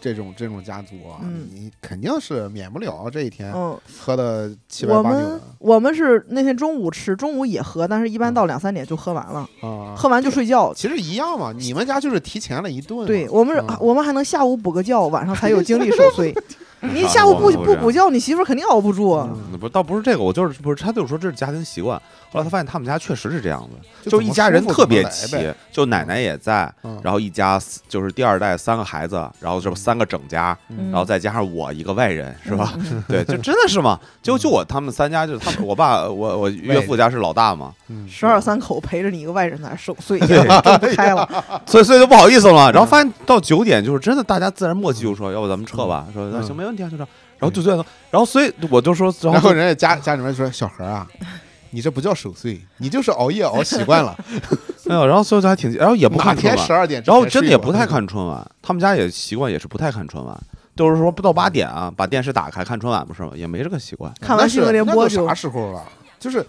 Speaker 3: 这种这种家族啊，
Speaker 1: 嗯
Speaker 3: 你肯定是免不了这一天
Speaker 1: 哦
Speaker 3: 喝的七
Speaker 1: 嗯，
Speaker 3: 歪
Speaker 1: 我
Speaker 3: 八扭
Speaker 1: 们我们是那天中午吃，中午也喝，但是一
Speaker 2: 嗯
Speaker 1: 般到两三点就喝完了，
Speaker 3: 的啊。
Speaker 1: 喝完就睡觉。
Speaker 3: 其实一样嘛，你们家就是提前了一顿嘛。
Speaker 1: 对我们是
Speaker 2: 啊
Speaker 1: 啊
Speaker 3: 嗯，
Speaker 1: 我们还能下午补个觉，晚上才有精力守
Speaker 2: <laughs>
Speaker 1: 岁。你下午不
Speaker 2: 我们不
Speaker 1: 不
Speaker 2: 这
Speaker 1: 补
Speaker 2: 样
Speaker 1: 觉，你媳妇儿肯定熬不住。啊
Speaker 3: 嗯
Speaker 2: 那不倒不是这个，我就是不是他就是说这是家庭习惯。后来他发现他们家确实是这样子，
Speaker 3: 就
Speaker 2: 就
Speaker 3: 怎
Speaker 2: 一
Speaker 3: 么
Speaker 2: 家
Speaker 3: 舒
Speaker 2: 人
Speaker 3: 服
Speaker 2: 特
Speaker 3: 怎么
Speaker 2: 别
Speaker 3: 来
Speaker 2: 齐
Speaker 3: 呗，
Speaker 2: 就奶奶也在，
Speaker 3: 嗯
Speaker 2: 然后一家四就是第二代三个孩子，然后这不三个整家，
Speaker 1: 嗯
Speaker 2: 然后再加上我一个外人，是
Speaker 3: <laughs>
Speaker 2: 吧？？
Speaker 1: 嗯嗯
Speaker 2: 对，就真的是嘛？就就我他们三家，就是他们我爸 <laughs> 我我岳父家是老大
Speaker 3: <laughs>
Speaker 2: 嘛，
Speaker 3: 嗯
Speaker 1: 十二三口陪着你一个外人在那儿守
Speaker 2: <laughs>
Speaker 1: 岁，挣不开了。
Speaker 2: 所以所以就不好意思
Speaker 3: 嗯
Speaker 2: 了。然后发现到九点，就是真的大家自然默契，就说要不咱们撤吧，
Speaker 3: 嗯
Speaker 2: 说那行没问题啊，就这样。然后就这样，然后所以我就说，然
Speaker 3: 然
Speaker 2: 后
Speaker 3: 后人家家家里面说小何啊，你这不叫守岁，你就是熬夜熬习惯了，
Speaker 2: 没有，然后所以就还挺，然后 <laughs> 也不
Speaker 3: 哪
Speaker 2: 看春
Speaker 3: 天十
Speaker 2: 晚，
Speaker 3: 二点之
Speaker 2: 然后
Speaker 3: 前
Speaker 2: 真的
Speaker 3: 睡嗯
Speaker 2: 也
Speaker 3: 吧
Speaker 2: 不太。看春晚，他们家也习惯也是不太看春晚，就是说不到八点啊，把电视打开看春晚不是吗？也没这个习惯。
Speaker 1: 看
Speaker 3: 那
Speaker 1: 完
Speaker 3: 是
Speaker 1: 新闻联
Speaker 3: 那
Speaker 1: 播
Speaker 3: 都
Speaker 1: 就
Speaker 3: 啥时候了？就是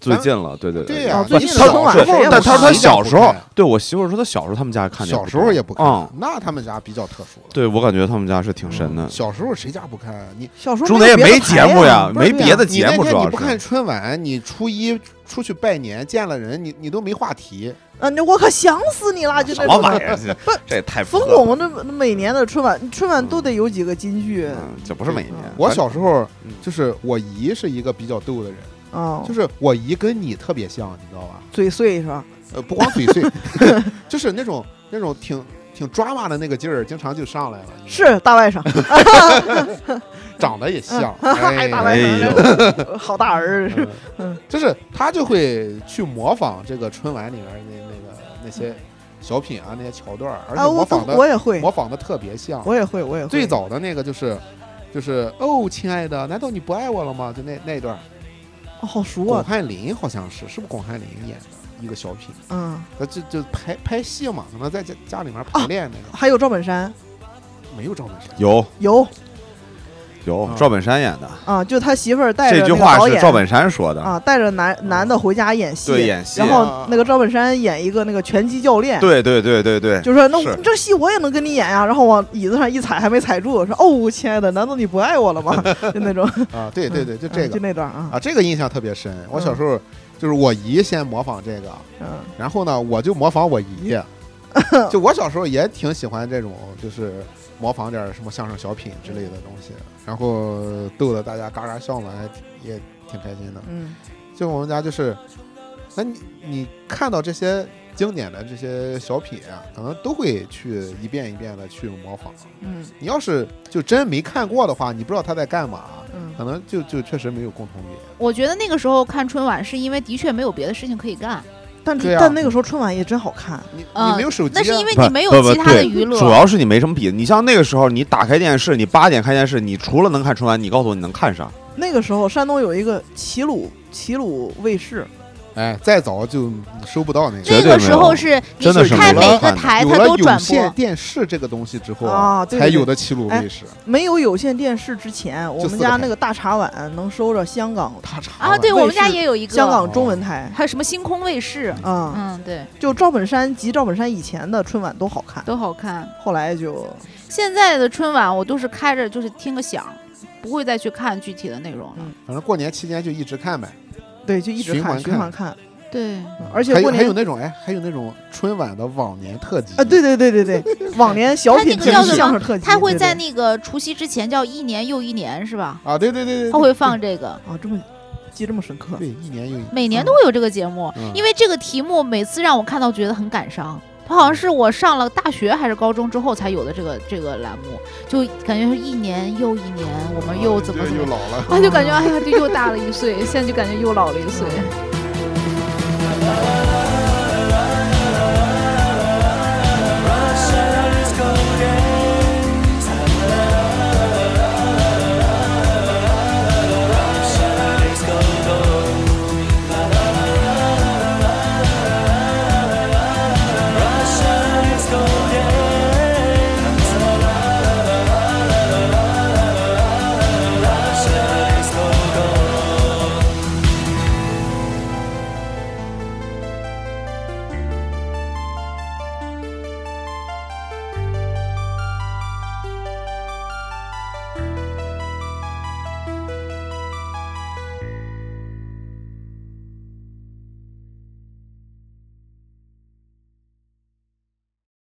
Speaker 2: 最近了，对对
Speaker 3: 对
Speaker 2: 呀
Speaker 3: 呀，
Speaker 1: 啊最
Speaker 3: 那
Speaker 1: 近
Speaker 3: 你
Speaker 1: 的
Speaker 3: 小
Speaker 1: 春晚
Speaker 3: 时
Speaker 1: 谁
Speaker 3: 候
Speaker 1: 也
Speaker 2: 但
Speaker 1: 不
Speaker 2: 他
Speaker 1: 看
Speaker 2: 说他
Speaker 1: 谁
Speaker 2: 小时候，对我媳妇儿说他小时候他们家看见
Speaker 3: 小时候也不看，
Speaker 2: 嗯，
Speaker 3: 那他们家比较特殊了。嗯
Speaker 2: 对我感觉他们家是挺神的。
Speaker 3: 小时候谁家不看？啊你
Speaker 1: 小时候
Speaker 2: 中
Speaker 1: 没
Speaker 2: 南也
Speaker 1: 有别
Speaker 2: 没
Speaker 1: 的啊
Speaker 2: 节
Speaker 1: 台
Speaker 2: 目
Speaker 1: 呀
Speaker 2: 呀，，没别的
Speaker 3: 你
Speaker 2: 节
Speaker 3: 那
Speaker 2: 目
Speaker 3: 天
Speaker 2: 主
Speaker 3: 你
Speaker 2: 要
Speaker 3: 不看
Speaker 2: 是。
Speaker 3: 春晚，你初一出去拜年见了人，你你都没话题。
Speaker 1: 啊，那我可想死你了！就
Speaker 2: 啊什
Speaker 1: 这
Speaker 2: 么玩意儿？这这也太
Speaker 1: 冯
Speaker 2: 不合了
Speaker 1: 巩那那每年的春晚，春晚都得有几个金句
Speaker 2: 嗯，这不是每年。
Speaker 3: 我小时候
Speaker 2: 嗯
Speaker 3: 就是我姨是一个比较逗的人，
Speaker 1: 啊，
Speaker 3: 就是我姨跟你特别像，你知道吧？
Speaker 1: 嘴碎是吧？
Speaker 3: 呃，不光嘴碎，就是那种那种挺挺抓马的那个劲儿，经常就上来了。
Speaker 1: 是大外甥，
Speaker 3: 长得也像，哎 <laughs>
Speaker 1: 哎，大
Speaker 2: 白
Speaker 1: 外
Speaker 2: 哎
Speaker 1: 甥，好大儿子，
Speaker 3: 嗯，就是他就会去模仿这个春晚里面那那个那些小品啊那些桥段儿，而且
Speaker 1: 啊，
Speaker 3: 模
Speaker 1: 我
Speaker 3: 仿的、
Speaker 1: 我也会，
Speaker 3: 模仿的特别像。
Speaker 1: 我也会，我也会。
Speaker 3: 最早的那个就是，就是哦，亲爱的，难道你不爱我了吗？就那那一段儿，
Speaker 1: 哦好熟
Speaker 3: 巩
Speaker 1: 啊，
Speaker 3: 汉林好像是，是不是巩汉林演的一个小品？
Speaker 1: 嗯，
Speaker 3: 他就就拍拍戏嘛，可能在家家里面
Speaker 1: 哦
Speaker 3: 排练那个，
Speaker 1: 还有赵本山，
Speaker 3: 没有赵
Speaker 1: <laughs>
Speaker 3: 本山。
Speaker 2: 有
Speaker 1: 有
Speaker 2: 有
Speaker 3: 啊
Speaker 2: 赵本山演的
Speaker 1: 啊，就他媳妇儿带着
Speaker 2: 这
Speaker 1: 那
Speaker 2: 句
Speaker 1: 个
Speaker 2: 话
Speaker 1: 导
Speaker 2: 是
Speaker 1: 演
Speaker 2: 赵本山说的，
Speaker 1: 啊，带着男
Speaker 3: 嗯
Speaker 1: 男的回家演戏，
Speaker 2: 对演戏
Speaker 1: 然
Speaker 3: 啊
Speaker 1: 后那个赵本山演一个那个拳击教练，
Speaker 2: 对对对对对，
Speaker 1: 就说那我
Speaker 2: 是
Speaker 1: 这戏我也能跟你演呀、然后往椅子上一踩，还没踩住，说哦，亲爱的，难道你不爱我了吗？就那种，
Speaker 3: 啊， <laughs> 对对对，就这
Speaker 1: 嗯就
Speaker 3: 个
Speaker 1: 那嗯段啊，
Speaker 3: 啊，这个印象特别深。我小时候就是我姨先模仿这个，
Speaker 1: 嗯，
Speaker 3: 然后呢，我就模仿
Speaker 1: <laughs>
Speaker 3: 我姨。就我小时候也挺喜欢这种，就是模仿点儿什么相声、小品之类的东西，然后逗得大家嘎嘎笑嘛，还挺也挺开心的。
Speaker 1: 嗯，
Speaker 3: 就我们家就是，那你你看到这些经典的这些小品啊，可能都会去一遍一遍的去模仿。
Speaker 1: 嗯
Speaker 3: 你要是就真没看过的话，你不知道他在干嘛，
Speaker 1: 嗯
Speaker 3: 可能就就确实没有共同点。
Speaker 4: 我觉得那个时候看春晚是因为的确没有别的事情可以干，
Speaker 1: 但
Speaker 3: 对啊
Speaker 1: 但那个时候春晚也真好看，
Speaker 3: 你你
Speaker 4: 嗯
Speaker 3: 没有手机、啊，
Speaker 4: 那是因为
Speaker 2: 不
Speaker 4: 你没有
Speaker 2: 不不
Speaker 4: 其他的
Speaker 2: 对
Speaker 4: 娱乐。
Speaker 2: 主要是你没什么比的。你像那个时候，你打开电视，你八点开电视，你除了能看春晚，你告诉我你能看啥？
Speaker 1: 那个时候山东有一个齐鲁齐鲁卫视，
Speaker 3: 哎，再早就收不到那个。
Speaker 2: 绝
Speaker 4: 那
Speaker 2: 对
Speaker 4: 个
Speaker 2: 没
Speaker 4: 时
Speaker 2: 有
Speaker 4: 候是你
Speaker 2: 真的
Speaker 3: 是
Speaker 4: 看
Speaker 3: 没有
Speaker 4: 每
Speaker 2: 看的
Speaker 4: 个台
Speaker 3: 有
Speaker 4: 它
Speaker 3: 了
Speaker 4: 都转
Speaker 3: 有线
Speaker 4: 播，
Speaker 3: 电视这个东西之后
Speaker 1: 啊对对
Speaker 3: 才
Speaker 1: 对
Speaker 3: 有的齐鲁卫视。
Speaker 1: 没有有线电视之前，我们
Speaker 3: 四个
Speaker 1: 家
Speaker 3: 台
Speaker 1: 那个大茶碗能收着香港
Speaker 3: 他查
Speaker 4: 啊，对
Speaker 1: 卫
Speaker 4: 我们家
Speaker 1: 视
Speaker 4: 也有一个，
Speaker 1: 香港中文台
Speaker 4: 还有什么星空卫视，
Speaker 3: 哦
Speaker 1: 啊、
Speaker 4: 嗯，对，
Speaker 1: 就赵本山及赵本山以前的春晚都好看，
Speaker 4: 都好看。
Speaker 1: 后来就
Speaker 4: 现在的春晚我都是开着，就是听个响，不会再去看具体的内容了。
Speaker 1: 嗯
Speaker 3: 反正过年期间就一直看呗。
Speaker 1: 对就一直
Speaker 3: 循
Speaker 1: 看
Speaker 3: 环
Speaker 1: 循环看，
Speaker 4: 对，
Speaker 1: 嗯而且
Speaker 3: 还有
Speaker 1: 过
Speaker 3: 还
Speaker 1: 年
Speaker 3: 有那种哎，还有那种春晚的往年特辑
Speaker 1: 啊，对对对对对，
Speaker 3: <laughs>
Speaker 1: 往年小品
Speaker 4: 他
Speaker 1: 节
Speaker 4: 那个叫
Speaker 1: 目
Speaker 4: 什么
Speaker 1: 相声特辑，
Speaker 4: 他会
Speaker 1: 对
Speaker 4: 在
Speaker 1: 对
Speaker 4: 那个除夕之前叫一年又一年是吧？
Speaker 3: 啊，对对对对，
Speaker 4: 他会放这个，
Speaker 1: 啊这么记这么深刻，
Speaker 3: 对一年又一
Speaker 4: 每年都会有这个节目，
Speaker 3: 嗯
Speaker 4: 因为这个题目每次让我看到觉得很感伤。它好像是我上了大学还是高中之后才有的这个这个栏目，就感觉是一年又一年，我们又怎么
Speaker 3: 对
Speaker 4: 怎么
Speaker 3: 又老了。
Speaker 4: 啊，就感觉哎呀，就又大了一岁，现在就感觉又老了一岁。
Speaker 1: 嗯